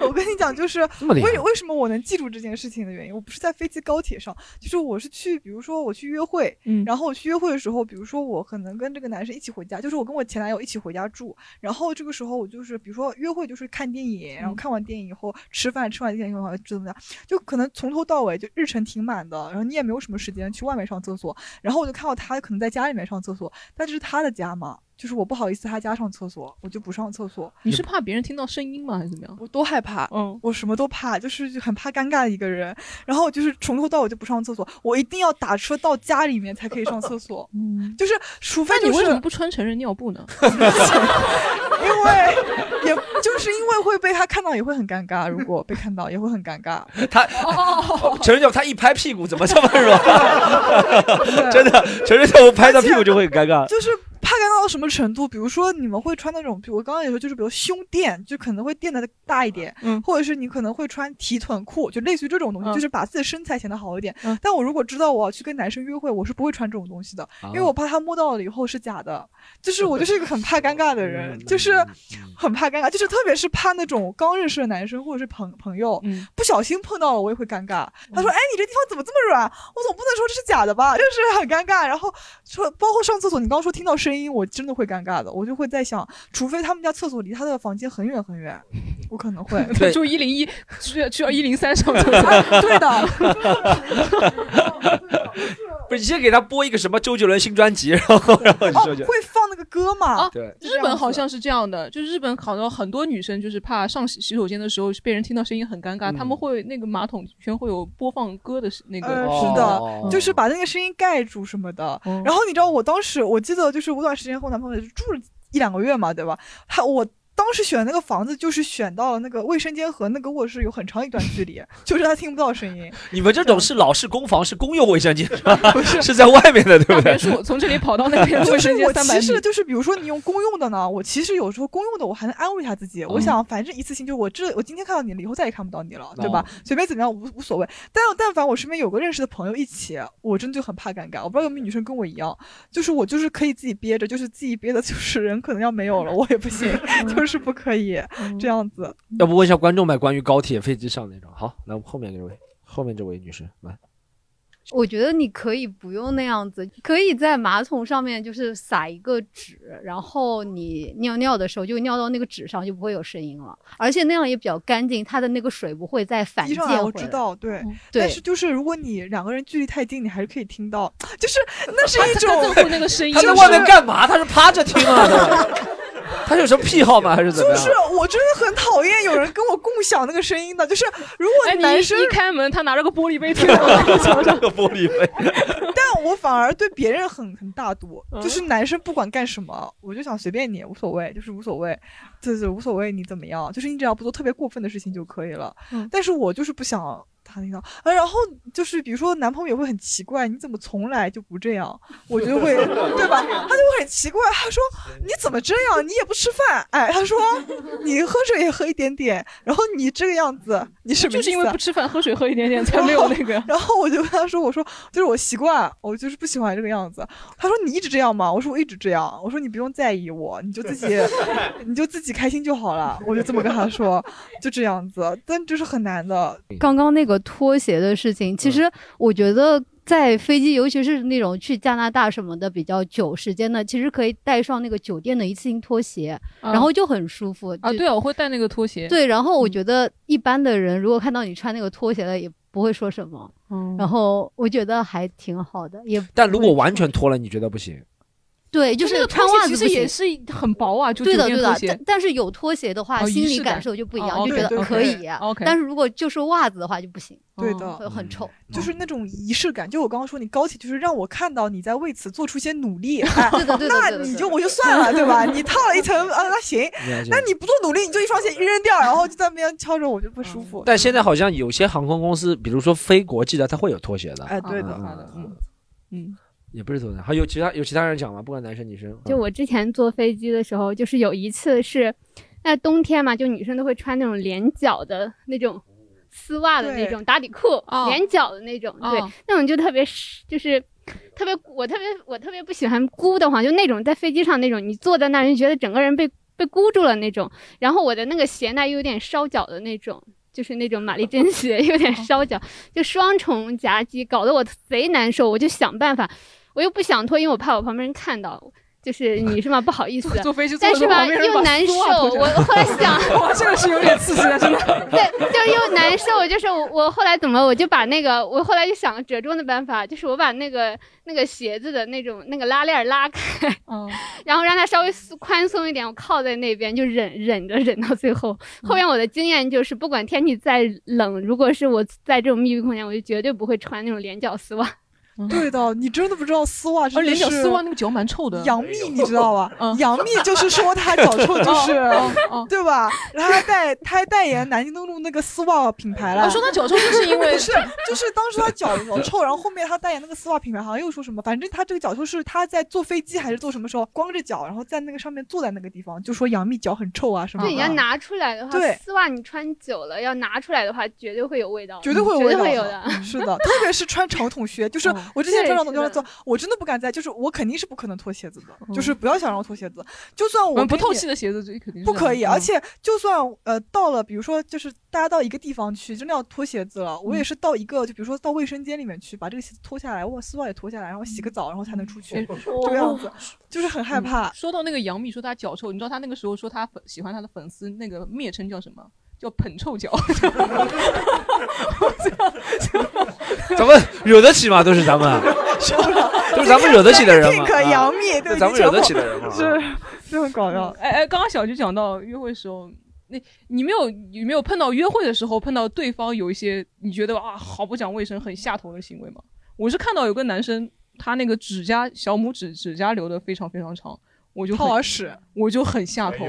我跟你讲，就是 [LAUGHS] 这么厉害为为什么我能记住这件事情的原因。我不是在飞机、高铁上，就是我是去，比如说我去约会，嗯然后我去约会的时候，比如说我可能跟这个男生一起回家，就是我跟我前男友一起回家住，然后这个时候我就是，比如说约会就是看电影，嗯然后看完电影以后吃饭，吃完电影以后怎么样，就可能从头到尾就日程挺满的，然后你也没有什么时间去外面上厕所，然后我就看到他可能在家里面上厕所，但这是他的家嘛，就是我不好意思他家上厕所，我就不上厕所。你是怕别人听到声音吗？还是怎么样？我多害怕，嗯，。我什么都怕，就是很怕尴尬的一个人。然后就是从头到尾就不上厕所，我一定要打车到家里面才可以上厕所 [LAUGHS] 嗯，就是，除非那就你是为什么不穿成人尿布呢？ [LAUGHS] 因为也就是因为会被他看到，也会很尴尬。如果被看到，也会很尴尬。 [LAUGHS] 他陈仁教他一拍屁股，怎么这么软？真的，陈仁教我拍到屁股就会很尴尬。就是怕尴尬到什么程度？比如说你们会穿那种，比如我刚刚也说，就是比如胸垫，就可能会垫的大一点，嗯或者是你可能会穿提臀裤，就类似于这种东西，嗯就是把自己的身材显得好一点。嗯但我如果知道我要去跟男生约会，我是不会穿这种东西的，啊因为我怕他摸到了以后是假的。就是我就是一个很怕尴尬的人， [LAUGHS] 就是很怕尴尬，就是特别是怕那种刚认识的男生或者是朋朋友，嗯，不小心碰到了，我也会尴尬。他说：“哎，你这地方怎么这么软？”我总不能说这是假的吧，就是很尴尬。然后说，包括上厕所，你刚刚说听到声音，我真的会尴尬的。我就会在想，除非他们家厕所离他的房间很远很远，我可能 [LAUGHS] 会。对住一零一，去去一零三上厕所。 [LAUGHS] 对的， [LAUGHS] 不是你先给他播一个什么周杰伦新专辑，然后然后你哦说就， [LAUGHS] 会放那个歌嘛？啊对日本好像是这样的，就是日本好像很多女生就是怕上洗洗手间的时候被人听到声音很尴尬，嗯他们会那个马桶圈会有播放歌的那呃个。是的哦就是把那个声音盖住什么的。然然后你知道，我当时我记得就是我短时间和我男朋友住了一两个月嘛，对吧？他我。当时选那个房子，就是选到了那个卫生间和那个卧室有很长一段距离，就是他听不到声音。你们这种是老式公房，是公用卫生间，是吧是在外面的，对大不对别？墅从这里跑到那 [LAUGHS] 边卫就是生间我三百其米，实就是比如说你用公用的呢，我其实有时候公用的我还能安慰一下自己，嗯我想反正一次性就我这我今天看到你了，以后再也看不到你了，对哦吧？随便怎么样无无所谓。但但凡我身边有个认识的朋友一起，我真的就很怕尴尬。我不知道有没有女生跟我一样，就是我就是可以自己憋着，就是自己憋的，就是人可能要没有了，我也不行， [LAUGHS] 就是不可以嗯这样子。要不问一下观众吧，关于高铁、飞机上那种。好，那我们后面这位，后面这位女士来。我觉得你可以不用那样子，可以在马桶上面就是撒一个纸，然后你尿尿的时候就尿到那个纸上，就不会有声音了。而且那样也比较干净，它的那个水不会再反一溅上回来来。啊我知道，对，嗯对但是就是如果你两个人距离太近，你还是可以听到， [LAUGHS] 就是那是一他在种在乎那个声 [LAUGHS] 音，她在外面干嘛？她是趴着听啊？对吧她有什么癖好吗？还是怎么就样？是我真的很讨厌有人跟我共享那个声音的，就是如哎，果你男生，一开门，他拿着个玻璃杯贴在我的墙上，个玻璃杯， [LAUGHS] 但我反而对别人很很大度，嗯就是男生不管干什么，我就想随便你，无所谓，就是无所谓，就是无所谓你怎么样，就是你只要不做特别过分的事情就可以了。嗯但是我就是不想。他听到，呃，然后就是比如说男朋友也会很奇怪，你怎么从来就不这样？我就 [LAUGHS] 会，对吧？他就会很奇怪，他说你怎么这样？你也不吃饭，哎，他说 [LAUGHS] 你喝水也喝一点点，然后你这个样子，你什么意思啊？就是因为不吃饭喝水喝一 [LAUGHS]。点点才没有那个然后我就跟他说：“我说就是我习惯，我就是不喜欢这个样子。”他说：“你一直这样吗？”我说：“我一直这样。”我说：“你不用在意我，你就自 [LAUGHS] 己，你就自己开心就好了。”我就这么跟他说，就这样子，但就是很难的。嗯刚刚那个拖鞋的事情，其实我觉得在飞机，尤其是那种去加拿大什么的比较久时间的，其实可以带上那个酒店的一次性拖鞋，然后就很舒服啊，就对啊，我会带那个拖鞋。对，然后我嗯觉得一般的人如果看到你穿那个拖鞋了，也不会说什么。嗯，然后我觉得还挺好的，也但如果不会完全脱了，你觉得不行？对，就那是个穿拖袜鞋子其不实也行是很薄啊，就对的酒店对的拖，鞋但但是有拖鞋的话，哦心仪理式感感受就不一哦样，哦就觉对得对可对以。啊 OK 但是如果就是袜子的话就不行，对的哦会嗯很臭。嗯就是那种仪式感，就我刚刚说，你高铁就是让我看到你在为此做出一些努 [LAUGHS] 力，哎对的对的那对的你对就的我就算了，对吧？你套了 [LAUGHS] 一层啊，那行，了解那你不做努力，你就一双鞋扔掉，然后就在那边敲着，我就不嗯舒服。但现在好像有些航空公司，比如说飞国际的，它会有拖鞋的。哎，对嗯的，好的嗯，嗯，也不是拖鞋，还有其他有其他人讲吗？不管男生嗯女生，就我之前坐飞机的时候，就是有一次是，那冬天嘛，就女生都会穿那种连脚的那种丝袜的那对种打底裤哦，连脚的那种，对哦，，那种就特别湿就是特别，我特别我特别不喜欢箍得慌，就那种在飞机上那种，你坐在那儿就觉得整个人被被箍住了那种。然后我的那个鞋带又有点烧脚的那种，就是那种玛丽珍鞋有点烧脚，就双重夹击，搞得我贼难受。我就想办法，我又不想脱，因为我怕我旁边人看到。就是你是吗？不好意思坐飞机坐但得是多吧旁边人又把难受。丝袜脱我下来，后来想 [LAUGHS] 哇这个是有点刺激了真的 [LAUGHS] 对，就是又难受，就是我我后来怎么我就把那个我后来就想了折中的办法，就是我把那个那个鞋子的那种那个拉链儿拉开，然后让它稍微松宽松一点，我靠在那边就忍忍着忍到最后。后面我的经验就是，不管天气再冷，如果是我在这种密闭空间，我就绝对不会穿那种连脚 [LAUGHS] 丝袜。对的，你真的不知道丝袜真嗯而的啊是连脚丝袜那个脚蛮臭的哎嗯杨幂你知道 [LAUGHS] 吧？杨幂就是说她脚臭，就是哦哦哦对吧？然后她还代她还代言南京东路那个丝袜品牌了。哦说她脚臭就是因为 [LAUGHS] 不是，就是当时她脚老臭，然后后面她代言那个丝袜品牌好像又说什么，反正她这个脚臭是她在坐飞机还是坐什么时候光着脚，然后在那个上面坐在那个地方，就说杨幂脚很臭啊什么的。对，你要拿出来的话对，丝袜你穿久了要拿出来的话，绝对会有味道的，绝对会有绝味对道会有的。是的，特别是穿长筒靴，就是我之前对穿长筒是靴的做，我真的不敢在，就是我肯定是不可能脱鞋子的，就是不要想让我脱鞋子，就算我嗯不跟透你气的鞋子最肯定是不这样可以，的而嗯且就算呃到了，比如说就是大家到一个地方去，真的要脱鞋子了，我也嗯是到一个就比如说到卫生间里面去，把这个鞋子脱下来，我丝袜也脱下来，然后洗个澡，然后才能出去，这个样哦子就是很害怕。哎嗯说到那个杨幂说她脚臭，你知道她那个时候说她粉喜欢她的粉丝那个蔑称叫什么？叫捧臭脚。 [LAUGHS] 咱们惹得起吗？都是咱们啊， [LAUGHS] [LAUGHS] 都是咱们惹得起的人嘛。 Pink，啊杨幂对都咱们你惹全得部起的人嘛。啊是这很搞笑。哎哎，刚刚小菊讲到约会的时候，那你没有你没有碰到约会的时候碰到对方有一些你觉得啊好不讲卫生、很下头的行为吗？我是看到有个男生，他那个指甲小拇指指甲留的非常非常长，我就很掏耳屎，我就很下哎头，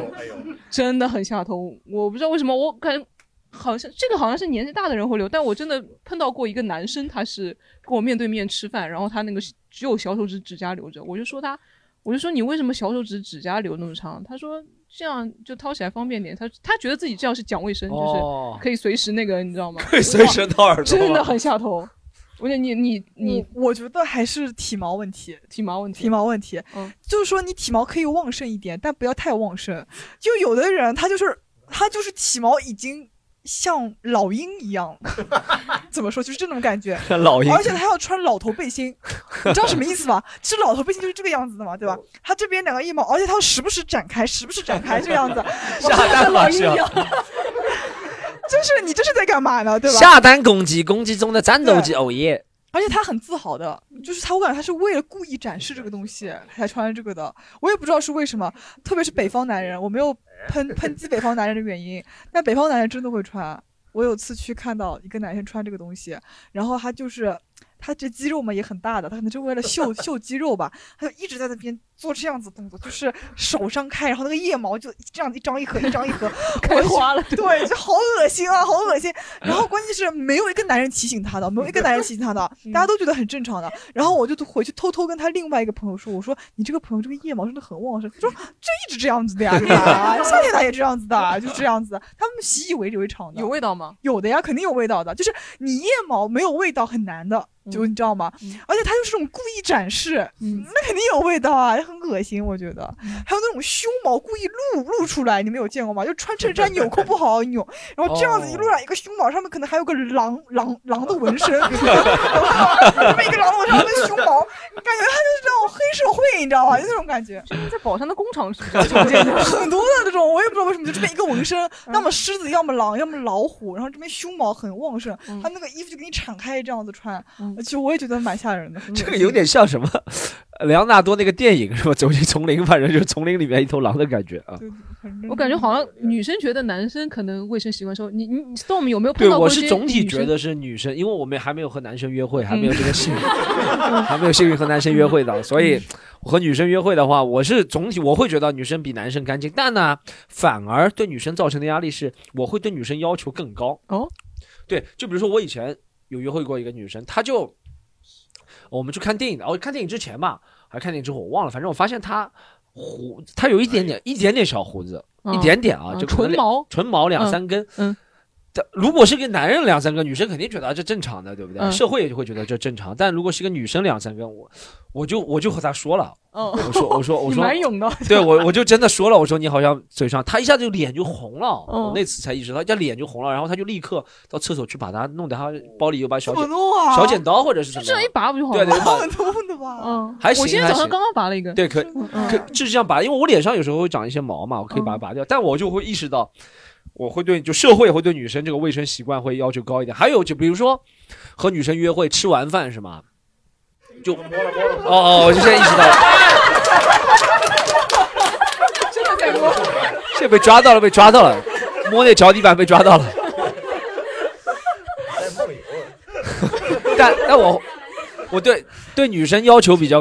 真的很下头。我不知道为什么，我感觉好像这个好像是年纪大的人会留，但我真的碰到过一个男生，他是跟我面对面吃饭，然后他那个只有小手指指甲留着，我就说他，我就说你为什么小手指指甲留那么长？他说这样就掏起来方便点。他他觉得自己这样是讲卫生，哦就是可以随时那个，你知道吗？可以随时掏耳朵，真的很下头。我觉得你你你，嗯我觉得还是体毛问题，体毛问题，，体毛问题，就是说你体毛可以旺盛一点，但不要太旺盛。就有的人他就是他就是体毛已经像老鹰一样， [LAUGHS] 怎么说就是这种感觉 [LAUGHS] 老鹰，而且他要穿老头背心，你知道什么意思吗？其实老头背心就是这个样子的嘛，对吧？他这边两个腋毛，而且他要时不时展开，时不时展开这个样子 [LAUGHS] 我下真的蛋跟老了鹰是一吧样。 [LAUGHS] 就是你这是在干嘛呢？对吧？下单攻击，攻击中的战斗机，哦耶！而且他很自豪的，就是他，我感觉他是为了故意展示这个东西才穿这个的，我也不知道是为什么，特别是北方男人，我没有喷抨击北方男人的原因，但北方男人真的会穿。我有次去看到一个男生穿这个东西，然后他就是他这肌肉嘛也很大的，他可能是为了秀秀肌肉吧，他就一直在那边做这样子动作，就是手张开，然后那个腋毛就这样子一张一合，一张一合 [LAUGHS] 开花了我就对，就好恶心啊，好恶心。然后关键是没有一个男人提醒他的，没有一个男人提醒他的，嗯大家都觉得很正常的。然后我就回去偷偷跟他另外一个朋友说，我说你这个朋友这个腋毛真的很旺盛，他说嗯这一直这样子的 [LAUGHS] 呀，对吧夏天他也这样子的，就这样子，他们习以为为常的。 [LAUGHS] 有味道吗？有的呀，肯定有味道的。就是你腋毛没有味道很难的，嗯就你知道吗？而且它就是这种故意展示，嗯那肯定有味道啊，很恶心，我觉得。嗯还有那种胸毛故意露露出来，你们有见过吗？就穿衬衫纽扣不好好扭，然后这样子哦一路上一个胸毛上面可能还有个狼狼狼的纹 [LAUGHS] 身，这么一个狼纹身的胸毛，感觉他就是那种黑社会，你知道吗？就那种感觉。在宝山的工厂是嗯很多的这种，我也不知道为什么，就这边一个纹身，要么狮子，要么狼，要么老虎，然后这边胸毛很旺盛，嗯他那个衣服就给你敞开这样子穿，其实我也觉得蛮吓人的。这个有点像什么？莱昂纳呃多那个电影是吧？走进丛林，反正就是丛林里面一头狼的感觉啊。 [LAUGHS] 我感觉好像女生觉得男生可能卫生习惯时候，你你 Storm 有没有碰对，到过我这些是总体女生觉得是女生，因为我们还没有和男生约会，还没有嗯这个幸运， [LAUGHS] 还没有幸运和男生约会到，所以我和女生约会的话，我是总体我会觉得女生比男生干净，但呢，反而对女生造成的压力是，我会对女生要求更高。哦，对，就比如说我以前有约会过一个女生，她就我们去看电影的，哦，看电影之前吧，还是看电影之后我忘了，反正我发现她胡，她有一点点一点点小胡子，哎嗯一点点啊，嗯就可能唇毛唇毛两嗯三根，嗯，但如果是个男人两三个，女生肯定觉得啊这正常的，对不对？嗯社会也就会觉得这正常。但如果是个女生两三个，我我就我就和她说了，哦我 [LAUGHS] 说我说我你说，蛮勇的对我我就真的说了，我说你好像嘴上，她一下就脸就红了，哦嗯我那次才意识到，她脸就红了，然后她就立刻到厕所去把她弄得她包里有把小怎剪么弄啊小剪刀或者是什么就这一拔不就好对了？对哦对吗？把痛的啊吧？嗯，还行我今天早还上行刚刚拔了一根。对，可可就是这样拔，因为我脸上有时候会长一些毛嘛，我可以把它拔掉，但我就会意识到，我会对就社会会对女生这个卫生习惯会要求高一点。还有就比如说和女生约会吃完饭是吗？就哦哦，我就现在意识到了，真的在摸。这被抓到了，被抓到了，摸那脚底板被抓到了。哎啊但但我我对对女生要求比较，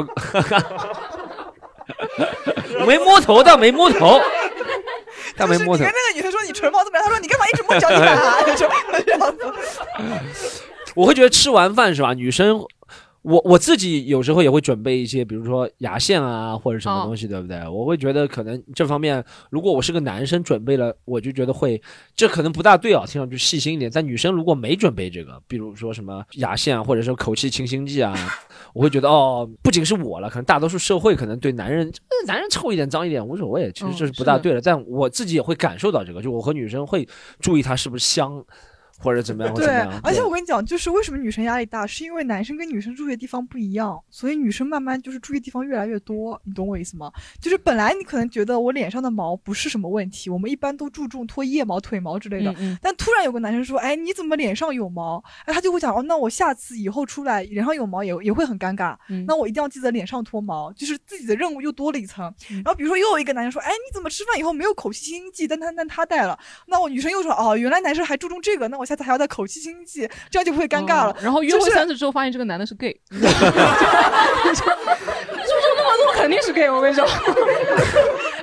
[LAUGHS] 我没摸头，但没摸 [LAUGHS] 头，但没摸你头跟。那个女生说你唇毛怎么样？她说你干嘛一 [LAUGHS] 直摸脚底板啊？就这样子。 [LAUGHS] 我会觉得吃完饭是吧？女生，我我自己有时候也会准备一些，比如说牙线啊或者什么东西，对不对？哦我会觉得可能这方面，如果我是个男生准备了，我就觉得会，这可能不大对啊，听上去细心一点。但女生如果没准备这个，比如说什么牙线啊，或者说口气清 [LAUGHS] 新剂啊，我会觉得哦，不仅是我了，可能大多数社会可能对男人，呃男人臭一点脏一点无所谓，其实这是不大哦对的。但我自己也会感受到这个，就我和女生会注意她是不是香。或者怎么样，或者对怎么样？，而且对我跟你讲，就是为什么女生压力大，是因为男生跟女生住的地方不一样，所以女生慢慢就是注意地方越来越多，你懂我意思吗？就是本来你可能觉得我脸上的毛不是什么问题，我们一般都注重脱腋毛、腿毛之类的，嗯嗯但突然有个男生说，哎，你怎么脸上有毛？哎，他就会想，哦，那我下次以后出来脸上有毛也也会很尴尬，嗯那我一定要记得脸上脱毛，就是自己的任务又多了一层。嗯然后比如说又有一个男生说，哎，你怎么吃饭以后没有口气清新剂？但他但他带了，那我女生又说，哦，原来男生还注重这个，那我下次还要带口气清新剂，这样就不会尴尬了。哦然后约就会是三次之后，发现这个男的是 gay，就就那么多肯定是 gay，我跟你说。 [LAUGHS]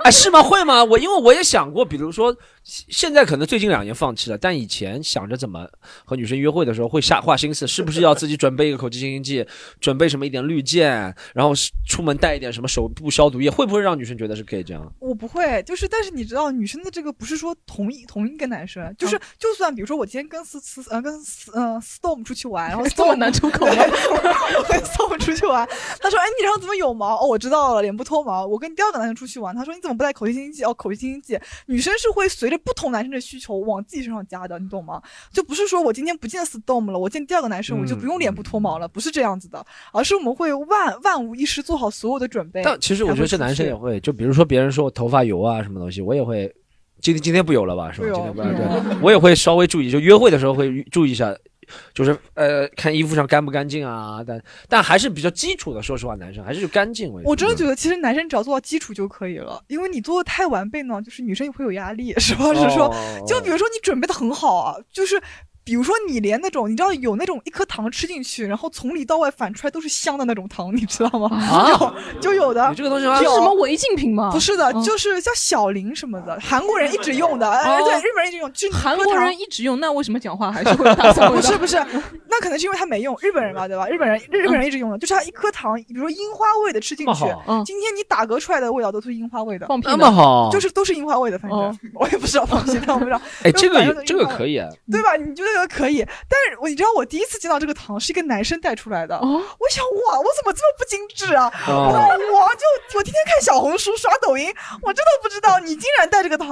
哎，是吗？会吗？我因为我也想过，比如说现现在可能最近两年放弃了，但以前想着怎么和女生约会的时候，会下花心思，是不是要自己准备一个口气清新剂，准备什么一点绿箭，然后是出门带一点什么手部消毒液，会不会让女生觉得是可以这样？我不会，就是但是你知道，女生的这个不是说同一同一个男生，就是、哦就算比如说我今天跟思思呃跟思呃 storm 出去玩，然后这 storm 么难出口吗对 [LAUGHS] 我跟 storm 出去玩，他说哎你脸上怎么有毛？哦我知道了，脸部脱毛。我跟第二个男生出去玩，他说你怎么不带口气清新剂？哦口气清新剂，女生是会随着不同男生的需求往自己身上加的，你懂吗？就不是说我今天不见 storm 了，我见第二个男生我就不用脸部脱嗯毛了，不是这样子的，而是我们会万万无一失做好所有的准备。但其实我觉得这男生也会，就比如说别人说我头发油啊什么东西，我也会。今天今天不油了吧？是吧？不油嗯今天不不油，油对，我也会稍微注意，就约会的时候会注意一下，就是呃，看衣服上干不干净啊，但但还是比较基础的。说实话，男生还是就干净为主。我真的觉得，其实男生只要做到基础就可以了，因为你做的太完备呢，就是女生也会有压力，是吧？是说哦，就比如说你准备的很好啊，就是。比如说，你连那种你知道有那种一颗糖吃进去，然后从里到外反出来都是香的那种糖，你知道吗？啊有就有的。有这个东西吗有是什么违禁品吗嗯不是的，就是叫小林什么的，韩国人一直用的，哎，哦 [LAUGHS] 对，日本人一直用，就是韩颗国糖人一直用，那为什么讲话还是会有大蒜味不是道 [LAUGHS] 不是，那可能是因为他没用日本人嘛，嗯对吧？日本人日本人一直用的，就是他一颗糖，比如说樱花味的吃进这么去好嗯，今天你打嗝出来的味道都是樱花味的，放屁呢哦那么好。就是都是樱花味的，反正 [LAUGHS] 我也不知道放屁，但我不知道 [LAUGHS] 哎，这反正个都是也这樱个花味可以啊，对吧？你觉得可以，但是我你知道我第一次见到这个糖是一个男生带出来哦的，我想哇，我怎么这么不精致啊？哦我我就我天天看小红书刷抖音，我真的不知道你竟然带这个糖。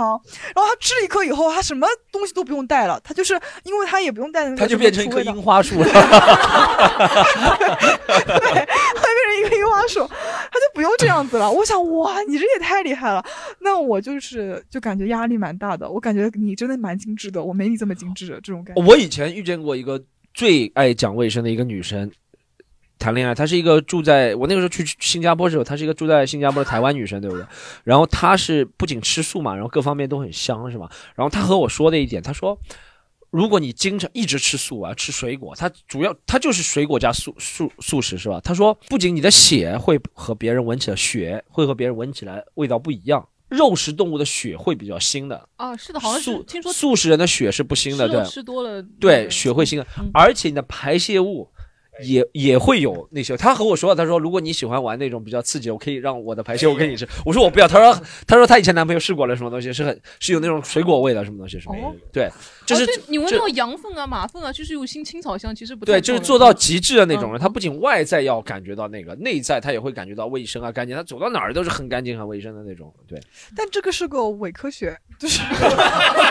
然后他吃了一颗以后，他什么东西都不用带了，他就是因为他也不用带那个，它就变成一棵樱，花树了。他变成一个樱花树，他就不用这样子了。我想哇，你这也太厉害了。那我就是就感觉压力蛮大的，我感觉你真的蛮精致的，我没你这么精致这种感觉。我以前遇见过一个最爱讲卫生的一个女生，谈恋爱，她是一个住在我那个时候去去新加坡的时候，她是一个住在新加坡的台湾女生，对不对？然后她是不仅吃素嘛，然后各方面都很香，是吧？然后她和我说的一点，她说。如果你经常一直吃素啊，吃水果，它主要它就是水果加素素素食是吧？她说不仅你的血会和别人闻起来血会和别人闻起来味道不一样，肉食动物的血会比较腥的， [LAUGHS] 啊，是的，好像是素听说素食人的血是不腥的，吃肉对，吃多了，对，血会腥的，而且你的排泄物也也会有那些。他和我说，他说如果你喜欢玩那种比较刺激，我可以让我的排泄物给你吃。我说我不要。他说他说他以前男朋友试过了什么东西，是很是有那种水果味的什么东西什么哦。对，就是哦、你闻那种洋粪啊、马粪啊，就是有新青草香，其实不太对，就是够的做到极致的那种嗯人。他不仅外在要感觉到那个，内在他也会感觉到卫生啊、干净。他走到哪儿都是很干净、很卫生的那种。对，但这个是个伪科学，就是 [LAUGHS]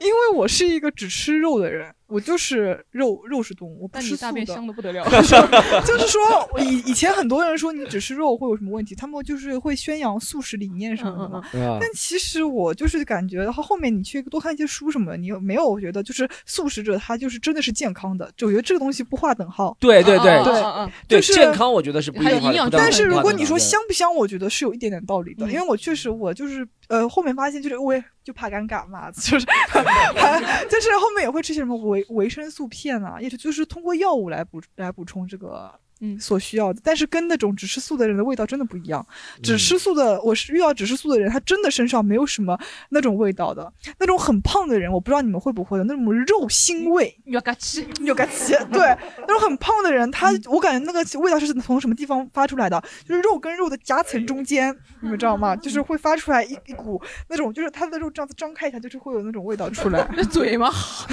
因为我是一个只吃肉的人，我就是肉肉食动物，我不但吃你素大便香的 [LAUGHS] 不得了 [LAUGHS] [LAUGHS] 就是说，我以以前很多人说你只吃肉会有什么问题，他们就是会宣扬素食理念什么的嘛。嗯嗯嗯但其实我就是感觉，然后后面你去多看一些书什么的，你有没有觉得就是素食者他就是真的是健康的？就我觉得这个东西不划等号。对对对对嗯对就是健康我觉得是不一定划不到但是等如号果的嗯你说对香不香，我觉得是有一点点道理的，因为我确实我就是呃后面发现就是我也就怕尴尬嘛，就是 [LAUGHS] 就是后面也会吃些什么维维生素片啊，也就就是通过药物来补来补充这个。嗯，所需要的，但是跟那种只吃素的人的味道真的不一样。只嗯吃素的，我是遇到只吃素的人，他真的身上没有什么那种味道的。那种很胖的人，我不知道你们会不会有那种肉嗯腥味，有嘎叽，有嘎叽。 [LAUGHS] 对，那种很胖的人，嗯他我感觉那个味道是从什么地方发出来的？就是肉跟肉的夹层中间，你们知道吗？就是会发出来一一股那种，就是他的肉这样子张开一下，就是会有那种味道出来。那嘴吗？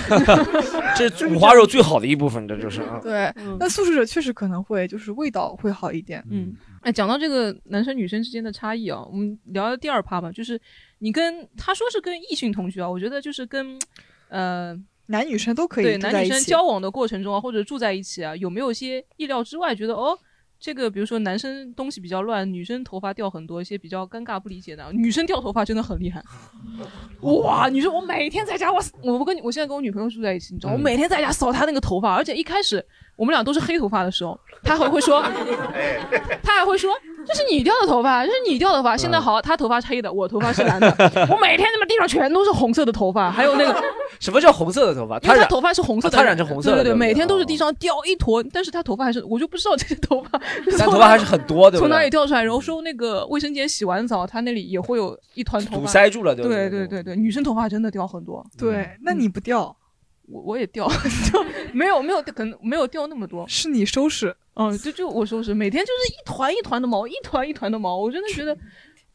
[LAUGHS] 这是五花肉最好的一部分，这就是。啊对，那素食者确实可能会就是味道会好一点。嗯，哎，讲到这个男生女生之间的差异啊，我们聊聊第二趴吧，就是你跟他说是跟异性同居啊，我觉得就是跟呃男女生都可以对住男在女一生起交往的过程中啊，或者住在一起啊，有没有一些意料之外，觉得哦。这个比如说男生东西比较乱，女生头发掉很多，一些比较尴尬不理解的啊。女生掉头发真的很厉害，哇！你说我每天在家，我我不跟你我现在跟我女朋友住在一起，你知道吗，嗯我每天在家扫她那个头发，而且一开始我们俩都是黑头发的 [LAUGHS] 时候，她还会说，他还会说这是你掉的头嗯发，这是你掉的头发。现在好，他头发是黑的，我头发 [LAUGHS] 是蓝的。我每天他妈地上全都是红色的头发，还有那个，什么叫红色的头发？因为他啊染头发是红色的，啊他染成红色的，对对对，不每天都是地上掉一坨，但是他头发还是，我就不知道这些头发， [LAUGHS] 但头发还是很多，对不从哪里对？掉出来？然后说那个卫生间洗完澡，他那里也会有一团头发堵塞住了对对不对对对对对，女生头发真的掉很多。对，那你不掉，嗯我我也掉， [LAUGHS] 就没有没有可能没有掉那么多。是你收拾，嗯，就就我收拾，每天就是一团一团的毛，一团一团的毛，我真的觉得。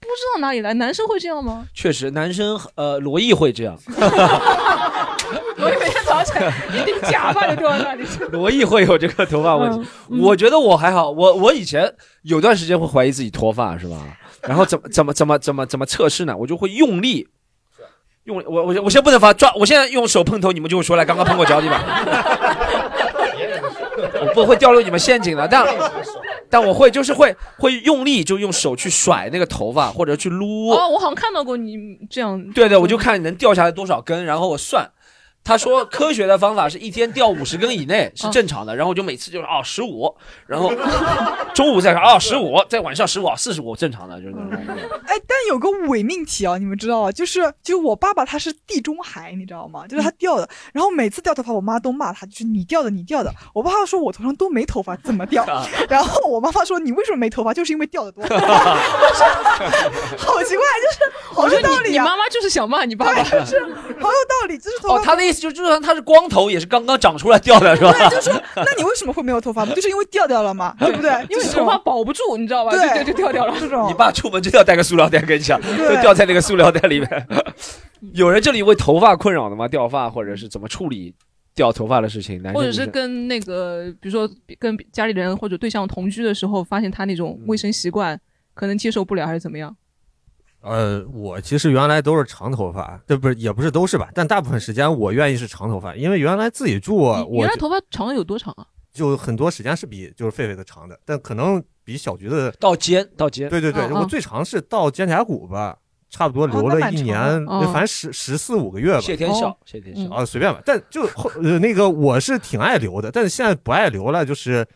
不知道哪里来，男生会这样吗？ [LAUGHS] 确实，男生呃，罗毅会这样，我以为天早上起来一顶假 [LAUGHS] 发就掉在那里。罗毅会有这个头发问题。我觉得我还好，我我以前有段时间会怀疑自己脱发是吧？然后怎么怎么怎么怎么怎么测试呢？我就会用力。用力我我我现在不能发抓，我现在用手碰头，你们就会说来刚刚碰过脚底板，我不会掉入你们陷阱的， [LAUGHS] 但但我会就是会会用力，就用手去甩那个头发或者去撸。哦，我好像看到过你这样。对对，我就看能掉下来多少嗯根，然后我算。他说科学的方法是一天掉五十根以内嗯是正常的，然后我就每次就是哦十五，15, [LAUGHS] 然后中午再看哦十五，15, 再晚上十五哦四十五正常的，就是那种。哎，但有个伪命题啊，你们知道啊，就是就我爸爸他是地中海，你知道嗯吗？就是他掉的，然后每次掉头发，我妈都骂他，就是你掉的，你掉的。我爸爸说我头上都没头发，怎么掉啊？ [LAUGHS] 然后我妈妈说你为什么没头发？就是因为掉的多。好奇怪，就是好我觉有得道你理你啊。妈妈就是想骂你爸爸。对就是好有道理，就是头发哦，他的意思就是，就算他是光头，也是刚刚长出来掉的，是吧？对，就说 [LAUGHS] 那你为什么会没有头发？不就是因为掉掉了吗？对不对？因就为是头发保不住，你知道吧？对就就就掉掉了。这种 [LAUGHS] 你爸出门就要带个塑料袋，跟你讲，对就掉在那个塑料袋里面。 [LAUGHS] 有人这里为头发困扰的吗？掉发或者是怎么处理掉头发的事情？男生或者女是生跟那个，比如说跟家里人或者对象同居的时候，发现他那种卫生习惯，可能接受不了还是怎么样？呃，我其实原来都是长头发，这不是也不是都是吧，但大部分时间我愿意是长头发，因为原来自己住，啊你我原来头发长了有多长啊？就很多时间是比就是狒狒的长的，但可能比小菊的到肩到肩，对对对，嗯嗯我最长是到肩胛骨吧，差不多留哦那了蛮一长年，的嗯反正十十四五个月吧。谢天笑哦谢天笑啊，随便吧，但就后呃那个我是挺爱留的，但是现在不爱留了，就是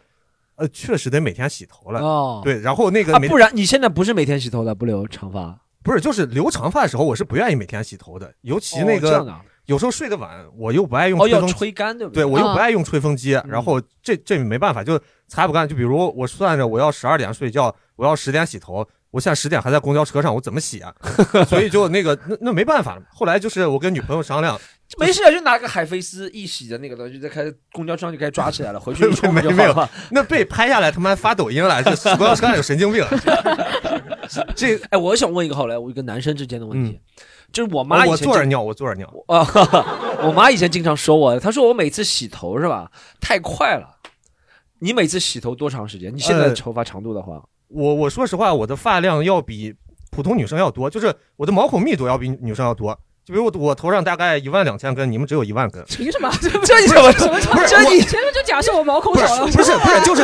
呃确实得每天洗头了。哦对，然后那个啊，每不然你现在不是每天洗头的，不留长发。不是，就是留长发的时候，我是不愿意每天洗头的，尤其哦那这个、样的啊有时候睡得晚，我又不爱用哦吹要风吹干对对不对我又不啊爱用吹风机，然后嗯这这没办法，就擦不干。就比如我算着我要十二点睡觉，我要十点洗头，我现在十点 [LAUGHS] [LAUGHS] 还在公交车上，我怎么洗啊？所以就那个那那没办法了。后来就是我跟女朋友商量，没事啊，就拿个海飞丝一洗的那个东西，就开始公交车上就开始抓起 [LAUGHS] 来了，回去一冲没就没好有了。，那被拍下来他妈发抖音了，这公交车上有神经病。 [LAUGHS] 这哎，我想问一个好来，我一个男生之间的问题，就是 [LAUGHS] 我妈嗯以啊我前坐着经尿，我坐着尿。啊，哈哈 [LAUGHS] 我妈以前经常说我，她说我每次洗头是吧，太快了。你每次洗头多长时间？你现在的呃头发长度的话，我我说实话，我的发量要比普通女生要多，就是我的毛孔密度要比女生要多。就比如我我头上大概一万两千根，你们只有一万根。凭 [LAUGHS] 什么？这这你怎么什么不是这我你前面就假设我毛孔少了，不是 [LAUGHS] 不是就是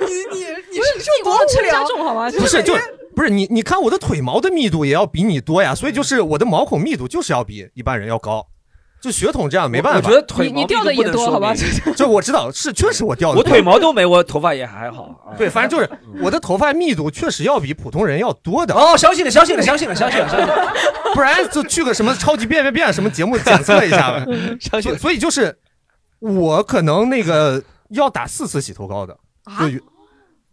你你你是你是多吃加重好吗？ [LAUGHS] 不是，就是不是你？你看我的腿毛的密度也要比你多呀，所以就是我的毛孔密度就是要比一般人要高，就血统这样没办法。我觉得腿毛密度不能说明 [LAUGHS] 这我知道是确实我掉的我多，腿毛都没，我头发也 [LAUGHS] 还好。啊哦对，反正 [LAUGHS] 就是我的头发密度确实要比普通人要多的。哦，相信了，相信了，相信了，相信了，相信了。不然就去个什么超级变变变什么节目检测一下呗。 [LAUGHS] 相信所以。所以就是我可能那个要打四次洗头膏的。啊就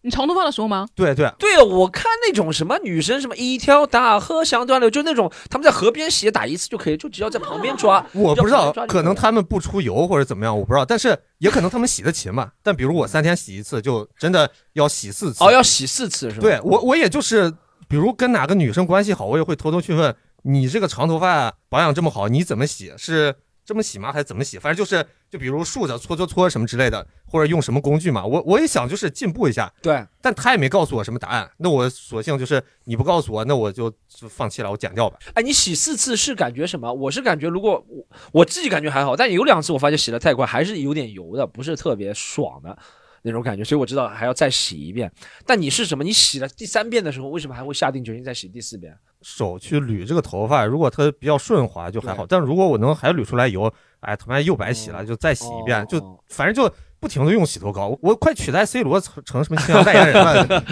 你长头发的时候吗？对对对啊，我看那种什么女生什么一挑大喝香断流，就那种他们在河边洗打一次就可以，就只要在旁边抓。我不知道只要旁边抓，就可能他们不出油或者怎么样，我不知道。但是也可能他们洗得勤嘛。但比如我三天洗一次，就真的要洗四次。哦，要洗四次是吧？对我，我也就是，比如跟哪个女生关系好，我也会偷偷去问你这个长头发保养这么好，你怎么洗？是这么洗吗？还是怎么洗？反正就是，就比如竖着搓搓搓什么之类的，或者用什么工具嘛。我我也想就是进步一下。对，但他也没告诉我什么答案，那我索性就是你不告诉我，那我就就放弃了，我剪掉吧。哎，你洗四次是感觉什么？我是感觉如果我我自己感觉还好，但有两次我发现洗的太快，还是有点油的，不是特别爽的那种感觉，所以我知道还要再洗一遍。但你是什么？你洗了第三遍的时候，为什么还会下定决心再洗第四遍？手去捋这个头发，如果它比较顺滑就还好，但如果我能还捋出来油，哎，他妈又白洗哦了，就再洗一遍，就反正就不停的用洗头膏，我我快取代 C 罗成成什么形象代言人了，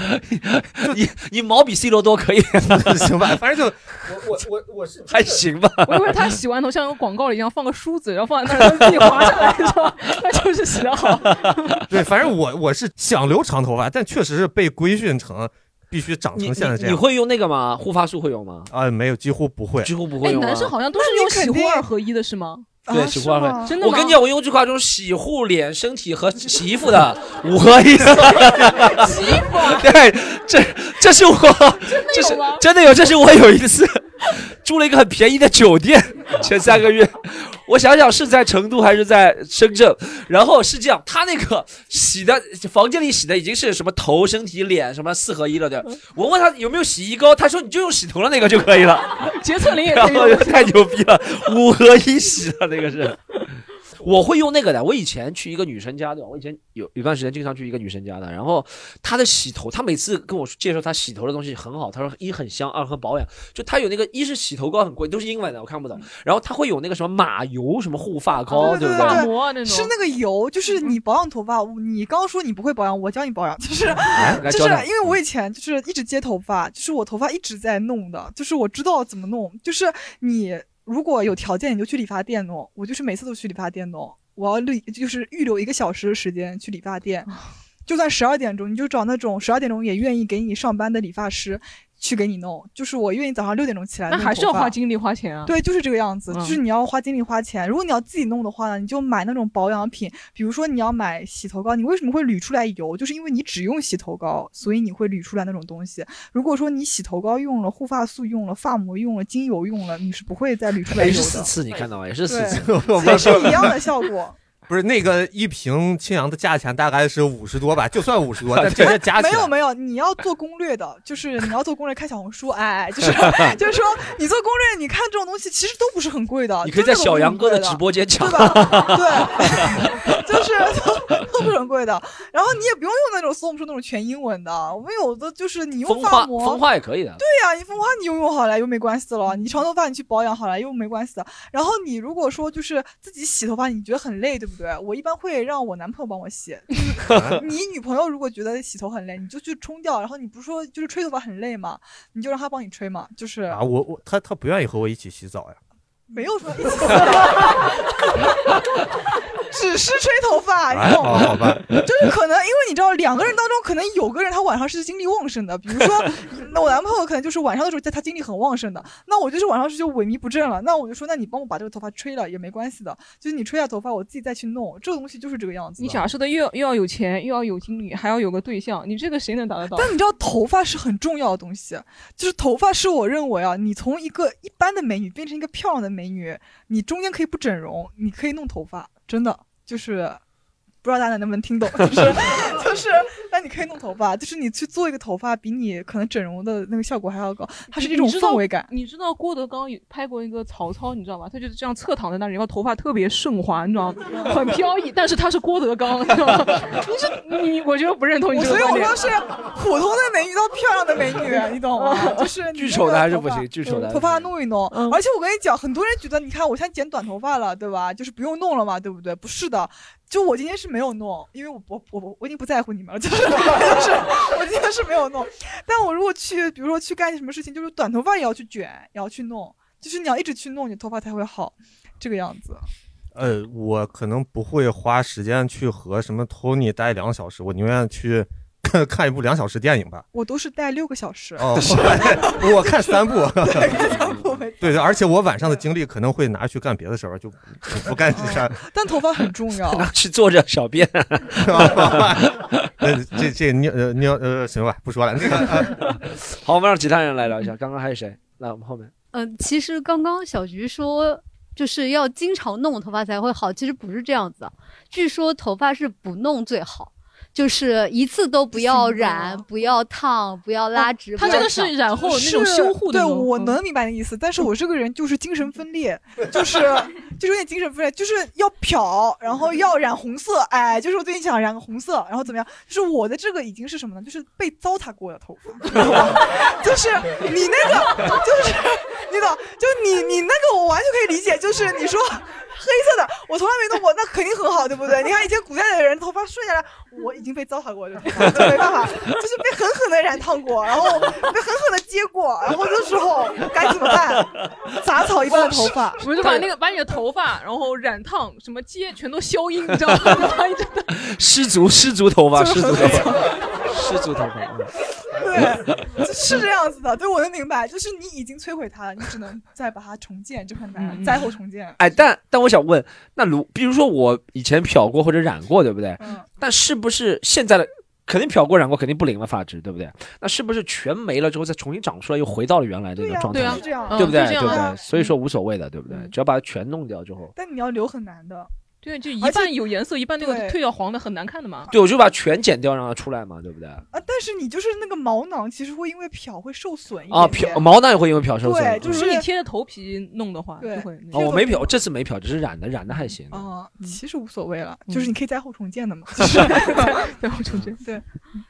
[LAUGHS] [LAUGHS] 你你毛比 C 罗多可以，行吧？反正就我我我我是还行吧。我以为他洗完头像那个广告里一样放个梳子，然后放在那儿让自己滑下来，你 [LAUGHS] 知道吗？那就是洗的好。对，反正我我是想留长头发，但确实是被规训成必须长成现在这你样。会用那个吗？护发素会用吗？啊，没有，几乎不会，几乎不哎会，用啊。男生好像都是用洗护二合一的啊是吗？对洗护二合一，真的我吗跟你讲，我用最夸张洗护脸、身体和洗衣服 [LAUGHS] 的五合一。洗衣服、啊 [LAUGHS] 对，这这是我，这是真的有，这是我有一次 [LAUGHS] 住了一个很便宜的酒店，前三个 [LAUGHS] 月。我想想是在成都还是在深圳，然后是这样，他那个洗的房间里洗的已经是什么头、身体、脸什么四合一了的。嗯我问他有没有洗衣膏，他说你就用洗头的那个就可以了。 [LAUGHS] 洁厕灵也然可以后用就。太牛逼了，五合一洗了那个是。 [LAUGHS] 我会用那个的。我以前去一个女生家的，我以前有有段时间经常去一个女生家的，然后她的洗头，她每次跟我介绍她洗头的东西很好，她说一很香，二很保养，就她有那个一是洗头膏很贵，都是英文的，我看不懂，然后她会有那个什么马油什么护发嗯膏，哦对不对啊对？对，是那个油，就是嗯你保养头发。你刚刚说你不会保养，我教你保养，就是哎 [LAUGHS] 来就是教他因嗯为我以前就是一直接头发，就是我头发一直在弄的，就是我知道怎么弄，就是你如果有条件你就去理发店弄，我就是每次都去理发店弄，我要预就是预留一个小时的时间去理发店，啊就算十二点钟，你就找那种十二点钟也愿意给你上班的理发师。去给你弄，就是我愿意早上六点钟起来弄那头发。还是要花精力花钱啊。对，就是这个样子，嗯就是你要花精力花钱。如果你要自己弄的话呢，你就买那种保养品，比如说你要买洗头膏，你为什么会捋出来油？就是因为你只用洗头膏，所以你会捋出来那种东西。如果说你洗头膏用了，护发素用了，发膜用了，精油用了，你是不会再捋出来也油哎是的四。次，你看到吗？也是四对次， [LAUGHS] 所以是一样的效 [LAUGHS] 果。不是那个一瓶清扬的价钱大概是五十多吧，就算五十 [LAUGHS] 多，但这些加起没来有没有，你要做攻略的，就是你要做攻略，看小红书，哎， [LAUGHS] 就是就是说你做攻略，你看这种东西其实都不是很贵的，你可以真在的都不小是杨很哥的贵直播间抢。就是 [LAUGHS] 都都不是很贵的。然后你也不用用那种松树那种全英文的，我们有的就是你用 [LAUGHS] 风化膜，风化也可以的啊对呀、你风化你用用好了又没关系了，你长头发你去保养好了又没关系的。然后你如果说就是自己洗头发，你觉得很累，对不对？我一般会让我男朋友帮我洗。就是你女朋友如果觉得洗头很累，你就去冲掉。然后你不是说啊就是吹头发很累吗？你就让她帮你吹嘛，就是啊，我我他他不愿意和我一起洗澡呀。没有说一起洗澡， [LAUGHS] 只是吹头发，哎然后好好吧就是可能因为你知道，两个人当中可能有个人他晚上是精力旺盛的，比如说那我男朋友可能就是晚上的时候他他精力很旺盛的，那我就是晚上是就萎靡不振了，那我就说那你帮我把这个头发吹了也没关系的，就是你吹下头发我自己再去弄，这个东西就是这个样子的。你假设的又要又要有钱，又要有精力，还要有个对象，你这个谁能达得到？但你知道，头发是很重要的东西，就是头发是我认为啊，你从一个一般的美女变成一个漂亮的美女，你中间可以不整容，你可以弄头发，真的就是不知道大家能不能听懂， [LAUGHS] 就是就是，那你可以弄头发，就是你去做一个头发，比你可能整容的那个效果还要高，它是一种你知道氛围感。你知道郭德纲有拍过一个曹操，你知道吗？他就是这样侧躺在那里，然后头发特别顺滑，你知道吗？很飘逸，但是他是郭德纲，你知道吗？ [LAUGHS] 你是你，我觉得不认同你我这个所以观我点。说是普通的美女到漂亮的美女，啊你懂吗？ [LAUGHS] 哦就是你 [LAUGHS] 巨那丑个的还是头不发行，巨丑嗯的还头是发弄一弄。而且我跟你讲，很多人觉得，你看我现在剪短头发了，对吧？就是不用弄了嘛，对不对？不是的，就我今天是没有弄，因为我我我我已经不在乎你们了， [LAUGHS] 就是就是我今天是没有弄。但我如果去，比如说去干什么事情，就是短头发也要去卷，也要去弄，就是你要一直去弄，你头发才会好，这个样子。呃，我可能不会花时间去和什么 Tony 待两个小时，我宁愿去看一部两小时电影吧。我都是戴六个小时。哦，我看三部，对对，而且我晚上的精力可能会拿去干别的事儿，就不不干这啥。但头发很重 [LAUGHS] [LAUGHS] 要。去坐着小便。呃，这这你呃你呃行吧，不说了。那个呃好，我们让其他人来聊一下。刚刚还有谁？来，我们后面。嗯，其实刚刚小菊说就是要经常弄头发才会好，其实不是这样子的。据说头发是不弄最好，就是一次都不要染，不要烫，不要拉直。他不要哦这个是漂染后那种修护的对，那种我嗯能明白那意思，但是我这个人就是精神分裂，就是就是有点精神分裂，就是要漂，然后要染红色，哎，就是我最近想染个红色，然后怎么样？就是我的这个已经是什么呢？就是被糟蹋过的头发，就是你那个，就是你懂，就你你那个，我完全可以理解，就是你说。黑色的，我从来没弄过，那肯定很好，对不对？你看以前古代的人头发顺下来，我已经被糟蹋过，这头发就没办法，就是被狠狠的染烫过，然后被狠狠的接过，然后这时候该怎么办？杂草一般的头发，我们就把那个把你的头发，然后染烫，什么接，全都消音，你知道吗？ [LAUGHS] 失足，失足头发，失足头发，失足头发。 [LAUGHS] 嗯对，是 [LAUGHS] 这样子的，对我能明白，就是你已经摧毁它了，你只能再把它重建，就很嗯难，灾后重建。哎，但但我想问，那如比如说我以前漂过或者染过，对不对？嗯但是不是现在的肯定漂过染过，肯定不灵了发质，对不对？那是不是全没了之后再重新长出来，又回到了原来那个状态？对呀对呀对不对？是这对样不嗯对？所以说无所谓的，对不对？只要把它全弄掉之后，但你要留很难的，对，就一而且半有颜色，一半那个对褪掉黄的很难看的嘛。对，我就把全剪掉，让它出来嘛，对不对？啊，但是你就是那个毛囊，其实会因为漂会受损一啊，点漂点。毛囊也会因为漂受损，对就是如果你贴着头皮弄的话，对就会。嗯哦，我没漂，我这次没漂，只是染的，染的还行。啊，其实无所谓了，就是你可以灾后重建 [LAUGHS] 的嘛。灾后重建，对，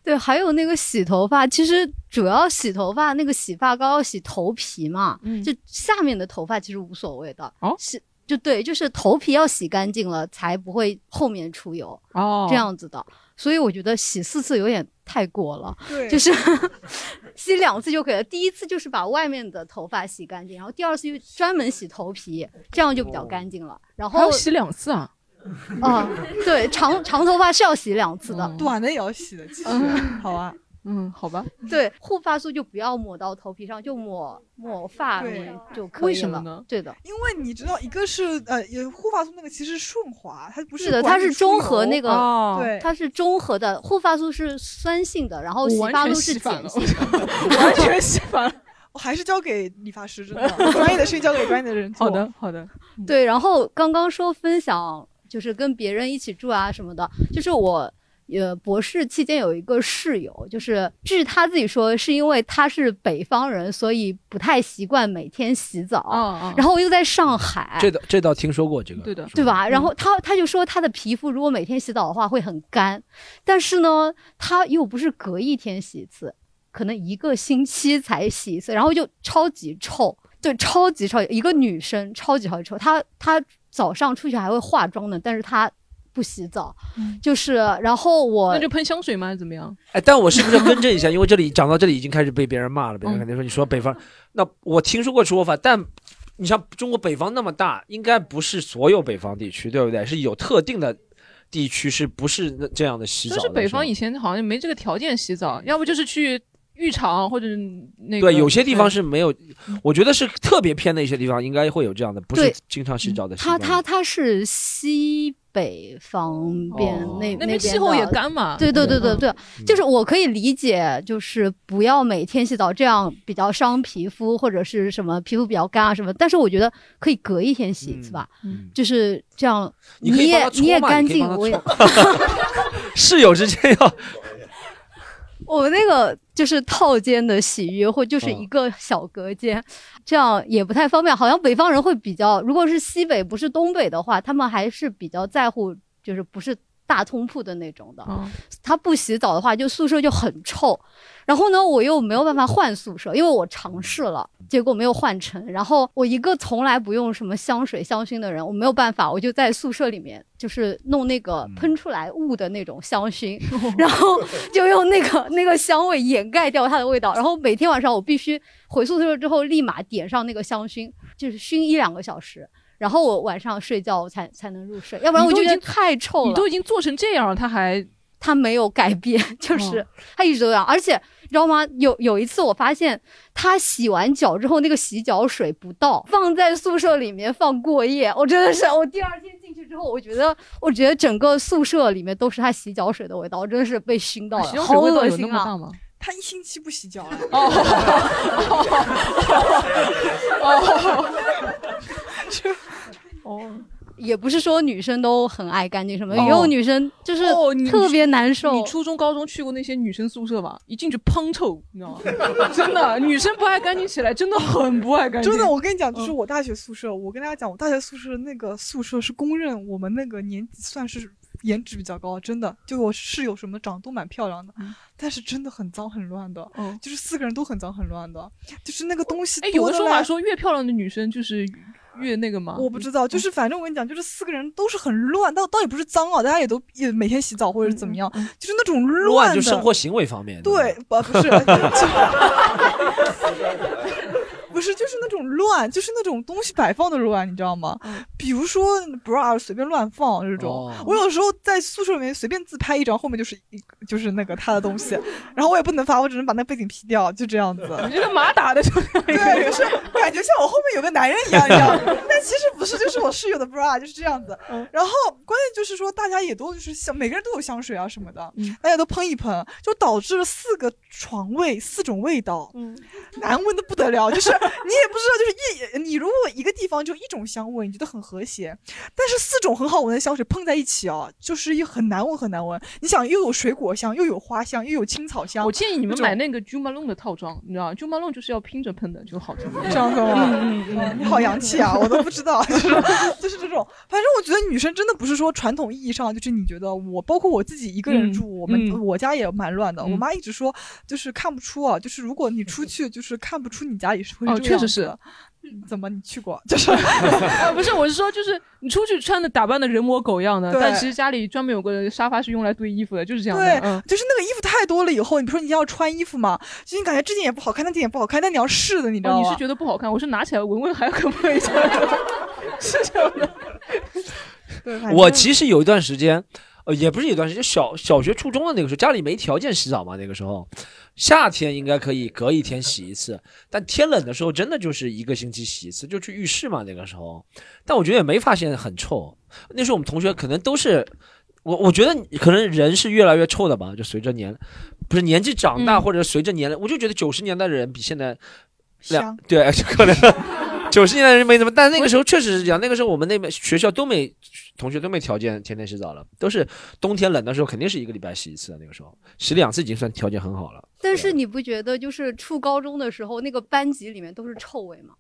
对，还有那个洗头发，其实主要洗头发那个洗发膏要洗头皮嘛，就下面的头发其实无所谓的。嗯哦，洗就对，就是头皮要洗干净了，才不会后面出油。哦这样子的，所以我觉得洗四次有点太过了，对就是 [LAUGHS] 洗两次就可以了。第一次就是把外面的头发洗干净，然后第二次就专门洗头皮，这样就比较干净了。然还后要洗两次啊？啊，嗯对，长长头发是要洗两次的，短的也要洗的，其实嗯好啊。嗯，好吧。 [LAUGHS] 对，护发素就不要抹到头皮上，就抹抹发对面就可以了。为什么呢对的，因为你知道，一个是呃，也护发素那个其实顺滑，它不是的，它管你是出油哦中和那个，对，它是中和的，护发素是酸性的，然后我洗完发全露是洗反了碱 [LAUGHS] 性的。完全洗反了。我还是交给理发师， [LAUGHS] 真的专业的事情交给专业 [LAUGHS] 的人做。好的，好的。对，然后刚刚说分享就是跟别人一起住啊什么的，就是我呃博士期间有一个室友，就是据他自己说是因为他是北方人，所以不太习惯每天洗澡。嗯哦然后又在上海，这倒这倒听说过这个，对的，嗯对吧？然后他他就说他的皮肤如果每天洗澡的话会很干，但是呢，他又不是隔一天洗一次，可能一个星期才洗一次，然后就超级臭，对，超级超级一个女生超级超级臭。她她早上出去还会化妆呢，但是她不洗澡，就是然后我嗯那就喷香水吗？还是怎么样？哎，但我是不是要更正一下？因嗯为这里讲到这里已经开始被别人骂了，别人肯定说你说北方，那我听说过植物发，但你像中国北方那么大，应该不是所有北方地区，对不对？是有特定的地区是不是那这样的洗澡就的？是北方以前好像没这个条件洗澡，要不就是去浴场或者那个。嗯对，有些地方是没有，我觉得是特别偏的一些地方应该会有这样的，不是对经常洗嗯澡的习它惯。它它是西北方边哦那那边边气候的也干嘛对对对对嗯对，就是我可以理解，就是不要每天洗澡，这样比较伤皮肤或者是什么皮肤比较干啊什么。但是我觉得可以隔一天洗一次吧，就是这样，嗯你你可以帮也他搓也嘛干你可以净帮他，我也。室友之间要我那个就是套间的洗浴，或就是一个小隔间，这样也不太方便。好像北方人会比较，如果是西北不是东北的话，他们还是比较在乎，就是不是大通铺的那种的。他不洗澡的话，就宿舍就很臭。然后呢，我又没有办法换宿舍，因为我尝试了，结果没有换成。然后我一个从来不用什么香水香薰的人，我没有办法，我就在宿舍里面就是弄那个嗯喷出来雾的那种香 [LAUGHS] 薰，然后就用那个那个香味掩盖掉它的味道。然后每天晚上我必须回宿舍之后立马点上那个香薰，就是熏一两个小时。然后我晚上睡觉才才能入睡，要不然我就你觉都已得经太臭了。你都已经做成这样了，他还他没有改变， [LAUGHS] 哦就是、他一直都这样。而且你知道吗？有有一次我发现他洗完脚之后，那个洗脚水不倒，放在宿舍里面放过夜。我真的是，我第二天进去之后，我觉得我觉得整个宿舍里面都是他洗脚水的味道，我真的是被熏到了，啊洗脚水好味道恶有那心么大啊！吗？他一星期不洗脚了。 [LAUGHS] 哦，也不是说女生都很爱干净什么，哦也有女生就是哦你特别难受。你初中、高中去过那些女生宿舍吧？一进去胖臭，你知道吗？ [LAUGHS] 真的，女生不爱干净起来，真的很不爱干净。嗯真的，我跟你讲，就是我大学宿舍，我跟大家讲，我大学宿舍那个宿舍是公认我们那个年级算是颜值比较高，真的，就我室友什么长得都蛮漂亮的，嗯但是真的很脏很乱的，就是四个人都很脏很乱的，就是那个东西哎，有多得的说法来说越漂亮的女生就是 [LAUGHS] 越那个嘛。我不知道，就是反正我跟你讲，就是四个人都是很乱，倒倒也不是脏啊，大家也都也每天洗澡或者嗯是怎么样，就是那种乱的就生活行为方面。对，不不是，就不是，就是那种乱，就是那种东西摆放的乱，你知道吗？嗯比如说 bra 随便乱放这种，哦我有时候在宿舍里面随便自拍一张，后面就是一就是那个他的东西，然后我也不能发，我只能把那背景 P 掉，就这样子。你这个马打的就对， [LAUGHS] 就是感觉像我后面有个男人一样，你知道吗？但其实不是，就是我室友的 bra 就是这样子。然后关键就是说，大家也都就是香，每个人都有香水啊什么的，大家都喷一喷，就导致了四个床位四种味道，难闻的不得了。就是你也不知道，就是一你如果一个地方就一种香味，你觉得很和谐，但是四种很好闻的香水碰在一起啊，就是一很难闻很难闻。你想又有水果香，又有花香，又有青草香。我建议你们这种买那个 j u m a l o n 的套装，你知道 j u m a l o n 就是要拼着喷的，就好听。这样子吗？嗯嗯嗯，你好洋气啊！我都不知 [LAUGHS] 道，就是就是这种。反正我觉得女生真的不是说传统意义上，就是你觉得我，包括我自己一个人住，嗯我们、嗯我家也蛮乱的。嗯我妈一直说，就是看不出啊，就是如果你出去，就是看不出你家里是会哦这个确实样是子的。嗯怎么你去过？就是啊，不是，我是说，就是你出去穿的打扮的人模狗样的，对但其实家里专门有个沙发是用来堆衣服的，就是这样的。对，嗯就是那个衣服太多了，以后你不说你要穿衣服嘛，就你感觉这件也不好看，那件也不好看，但你要试的，你知道哦，吗？你是觉得不好看？我是拿起来闻闻还可不可以 [LAUGHS] 穿？是这样的。对，我其实有一段时间，呃，也不是有一段时间，小小学、初中的那个时候，家里没条件洗澡嘛，那个时候，夏天应该可以隔一天洗一次，但天冷的时候真的就是一个星期洗一次，就去浴室嘛，那个时候，但我觉得也没发现很臭，那时候我们同学可能都是。我我觉得可能人是越来越臭的吧，就随着年，不是年纪长大，或者随着年龄，我就觉得九十年代的人比现在两香对， [LAUGHS] 可能九十年代人没怎么，但那个时候确实是这样。那个时候我们那边学校都没同学都没条件天天洗澡了，都是冬天冷的时候肯定是一个礼拜洗一次的。那个时候洗两次已经算条件很好了。但是你不觉得就是初高中的时候，那个班级里面都是臭味吗？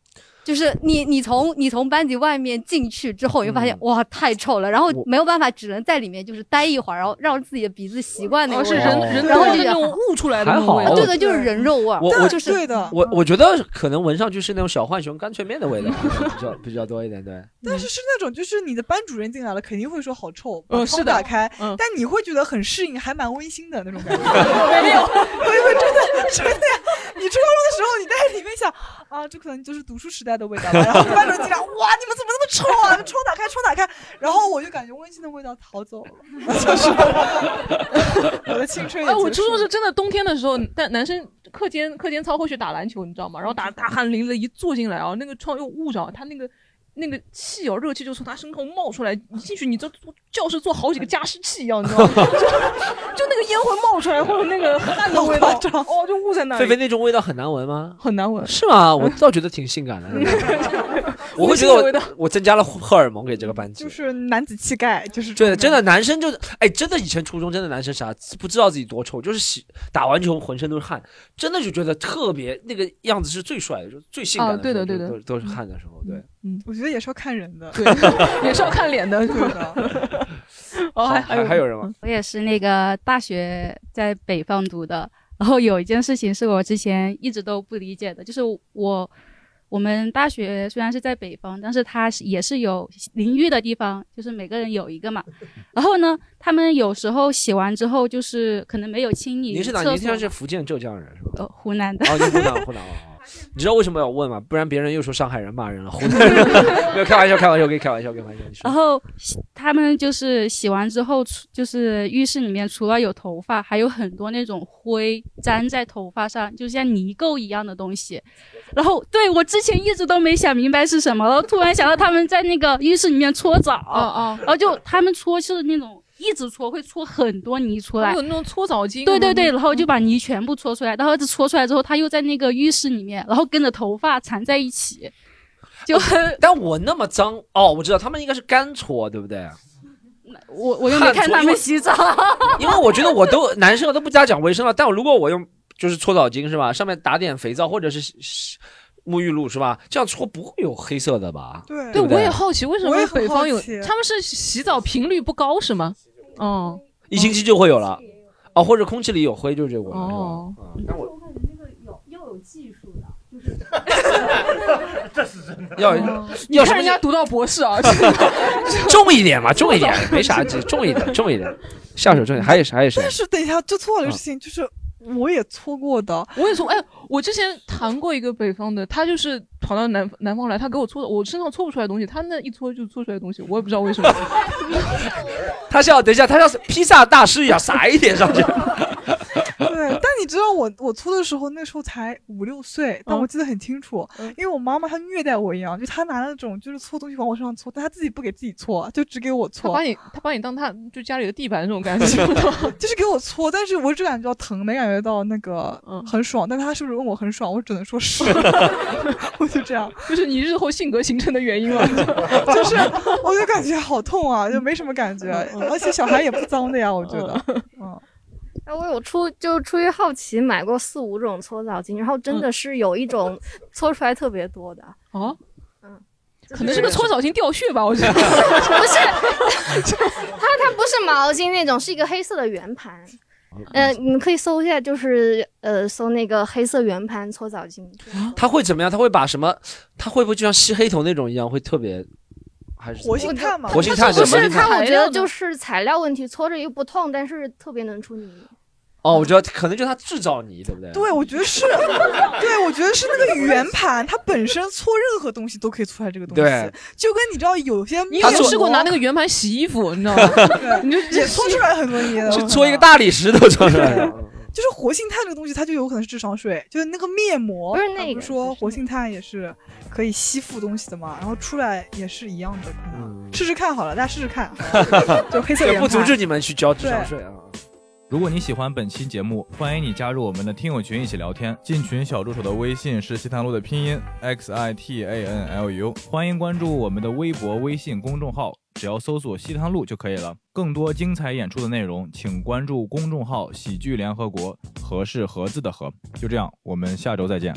就是你你从你从班级外面进去之后，你就发嗯现、哇太臭了，然后没有办法，只能在里面就是待一会儿，然后让自己的鼻子习惯那个哦是味道人人然后多就的那种悟出来的还那种味道好对的，就是人肉味儿，我我就是嗯我我觉得可能闻上去是那种小浣熊干脆面的味道啊比较比较多一点，对。但是是那种，就是你的班主任进来了，肯定会说好臭，呃把是窗的嗯打开，但你会觉得很适应，还蛮温馨的那种 [LAUGHS] 感觉。没有 [LAUGHS] 会会真的真的呀！你初高中的时候，你在里面想啊，啊，这可能就是读书时代的味道吧。然后班主任经常哇，你们怎么那么臭啊？窗打开，窗打开。然后我就感觉温馨的味道逃走了， [LAUGHS] 就是我的青春也啊哎，我结束初中是真的冬天的时候，嗯但男生课间课间操会去打篮球，你知道吗？然后打大汗淋漓一坐进来啊，那个窗又捂着，他那个那个气哦，热气就从他身后冒出来。你进去，你这教室做好几个加湿器一样，你知道吗？ [LAUGHS] 就就那个烟灰冒出来，或者那个汗的味道，哦，就捂在那里。狒狒那种味道很难闻吗？很难闻，是吗？我倒觉得挺性感 [LAUGHS] 的，我无会觉性的味得道我我增加了荷尔蒙给这个班级。就是男子气概，就是对嗯的，真的男生就是，哎，真的以前初中真的男生啥不知道自己多丑，就是洗打完球浑身都是汗，真的就觉得特别那个样子是最帅的，就最性感的啊时候、对的对的都都是汗的时候，对。嗯，我觉得也是要看人 [LAUGHS] 的，对，也是要看脸的，对的。 [LAUGHS] 哦，还还还有人吗？我也是那个大学在北方读的，然后有一件事情是我之前一直都不理解的，就是我我们大学虽然是在北方，但是它是也是有淋浴的地方，就是每个人有一个嘛。然后呢，他们有时候洗完之后就是可能没有清嗯理您是厕哪？所您现在是福建浙江人是 [LAUGHS] 吧？呃湖南的，哦，你湖南湖南哦。哦你知道为什么要问吗？不然别人又说上海人骂人了。湖南 [LAUGHS] 人没有开玩笑，开玩笑，给你开玩笑，给你开玩笑。你说然后洗他们就是洗完之后，除就是浴室里面除了有头发，还有很多那种灰粘在头发上，就像泥垢一样的东西。然后对我之前一直都没想明白是什么，然后突然想到他们在那个浴室里面搓澡，哦然后就他们搓是那种一直搓会搓很多泥出来，哦有那种嗯搓澡巾。对对对，然后就把泥全部搓出来，然后这搓出来之后，他又在那个浴室里面，然后跟着头发缠在一起，就很。但我那么脏哦，我知道他们应该是干搓，对不对？我我又没看他们洗澡， [LAUGHS] 因为我觉得我都男生我都不加讲卫生了，但如果我用就是搓澡巾是吧，上面打点肥皂或者是是是沐浴露是吧，这样搓不会有黑色的吧？对对不对，我也好奇为什么北方有我也很好奇他们是洗澡频率不高是吗？哦一星期就会有了，哦，或者空气里有灰就是这个味道。哦，又有技术的，就是这是真的 [LAUGHS] 要你看人家读到博士 [LAUGHS] 啊，重一点嘛，重一点，没啥，就重一点，重一点，下手重一点，还有谁？还有谁但？是等一下就嗯错了事情，就是我也搓过的，我也从哎，我之前谈过一个北方的，他就是跑到南南方来，他给我搓的，我身上搓不出来东西，他那一搓就搓出来东西，我也不知道为什么。 [LAUGHS] 他是要等一下，他要是披萨大师也要撒一点上去。 [LAUGHS] 对，但你知道我我搓的时候，那时候才五六岁，但我记得很清楚，因为我妈妈她虐待我一样，就她拿那种就是搓东西往我身上搓，但她自己不给自己搓，就只给我他搓，把你 [LAUGHS] 他把你当他就家里的地板那种感觉，就是给我搓，但是我只感觉到疼，没感觉到那 [LAUGHS] 个嗯很爽。但她是不是问我很爽， [LAUGHS] 我只能说是，我就这样，就是你日后性格形成的原因了。 [LAUGHS] [LAUGHS] 就是我就感觉好痛啊，就没什么感觉，嗯而且小孩也不脏的呀，我觉得。哎，我有出就出于好奇买过四五种搓澡巾，然后真嗯的是有一种搓出来特别 [LAUGHS] 多的。哦，嗯，可能是个搓澡巾掉屑吧，我觉得。 [LAUGHS] 不是，它它不是毛巾那种，是一个黑色的圆盘。呃，你们可以搜一下，就是呃，搜那个黑色圆盘搓澡巾。他会怎么样？他会把什么？他会不会就像吸黑头那种一样，会特别还是活性炭嘛活性炭不活是性它，炭我觉得就是材料问题，搓着又不痛，但是特别能出泥。哦，我知道，可能就是他制造你，对不对？对，我觉得是， [LAUGHS] 对，我觉得是那个圆盘，它本身搓任何东西都可以搓出来这个东西对，就跟你知道有些你面有没有膜试过拿那个圆盘洗衣服，你知道吗 [LAUGHS] 对？你就也搓出来很多泥的就搓一个大理石都搓出来了。就是活性炭这个东西，它就有可能是智商税，就是那个面膜，不是它那个说活性炭也是可以吸附东西的嘛，然后出来也是一样的，可能试试看好了，大家试试 [LAUGHS] 看，就黑色也圆嗯不阻盘止你们去交智商税啊。如果你喜欢本期节目，欢迎你加入我们的听友群一起聊天。进群小助手的微信是西塘路的拼音 x i t a n l u，欢迎关注我们的微博、微信公众号，只要搜索西塘路就可以了。更多精彩演出的内容，请关注公众号“喜剧联合国”，和是“盒子”的和。就这样，我们下周再见。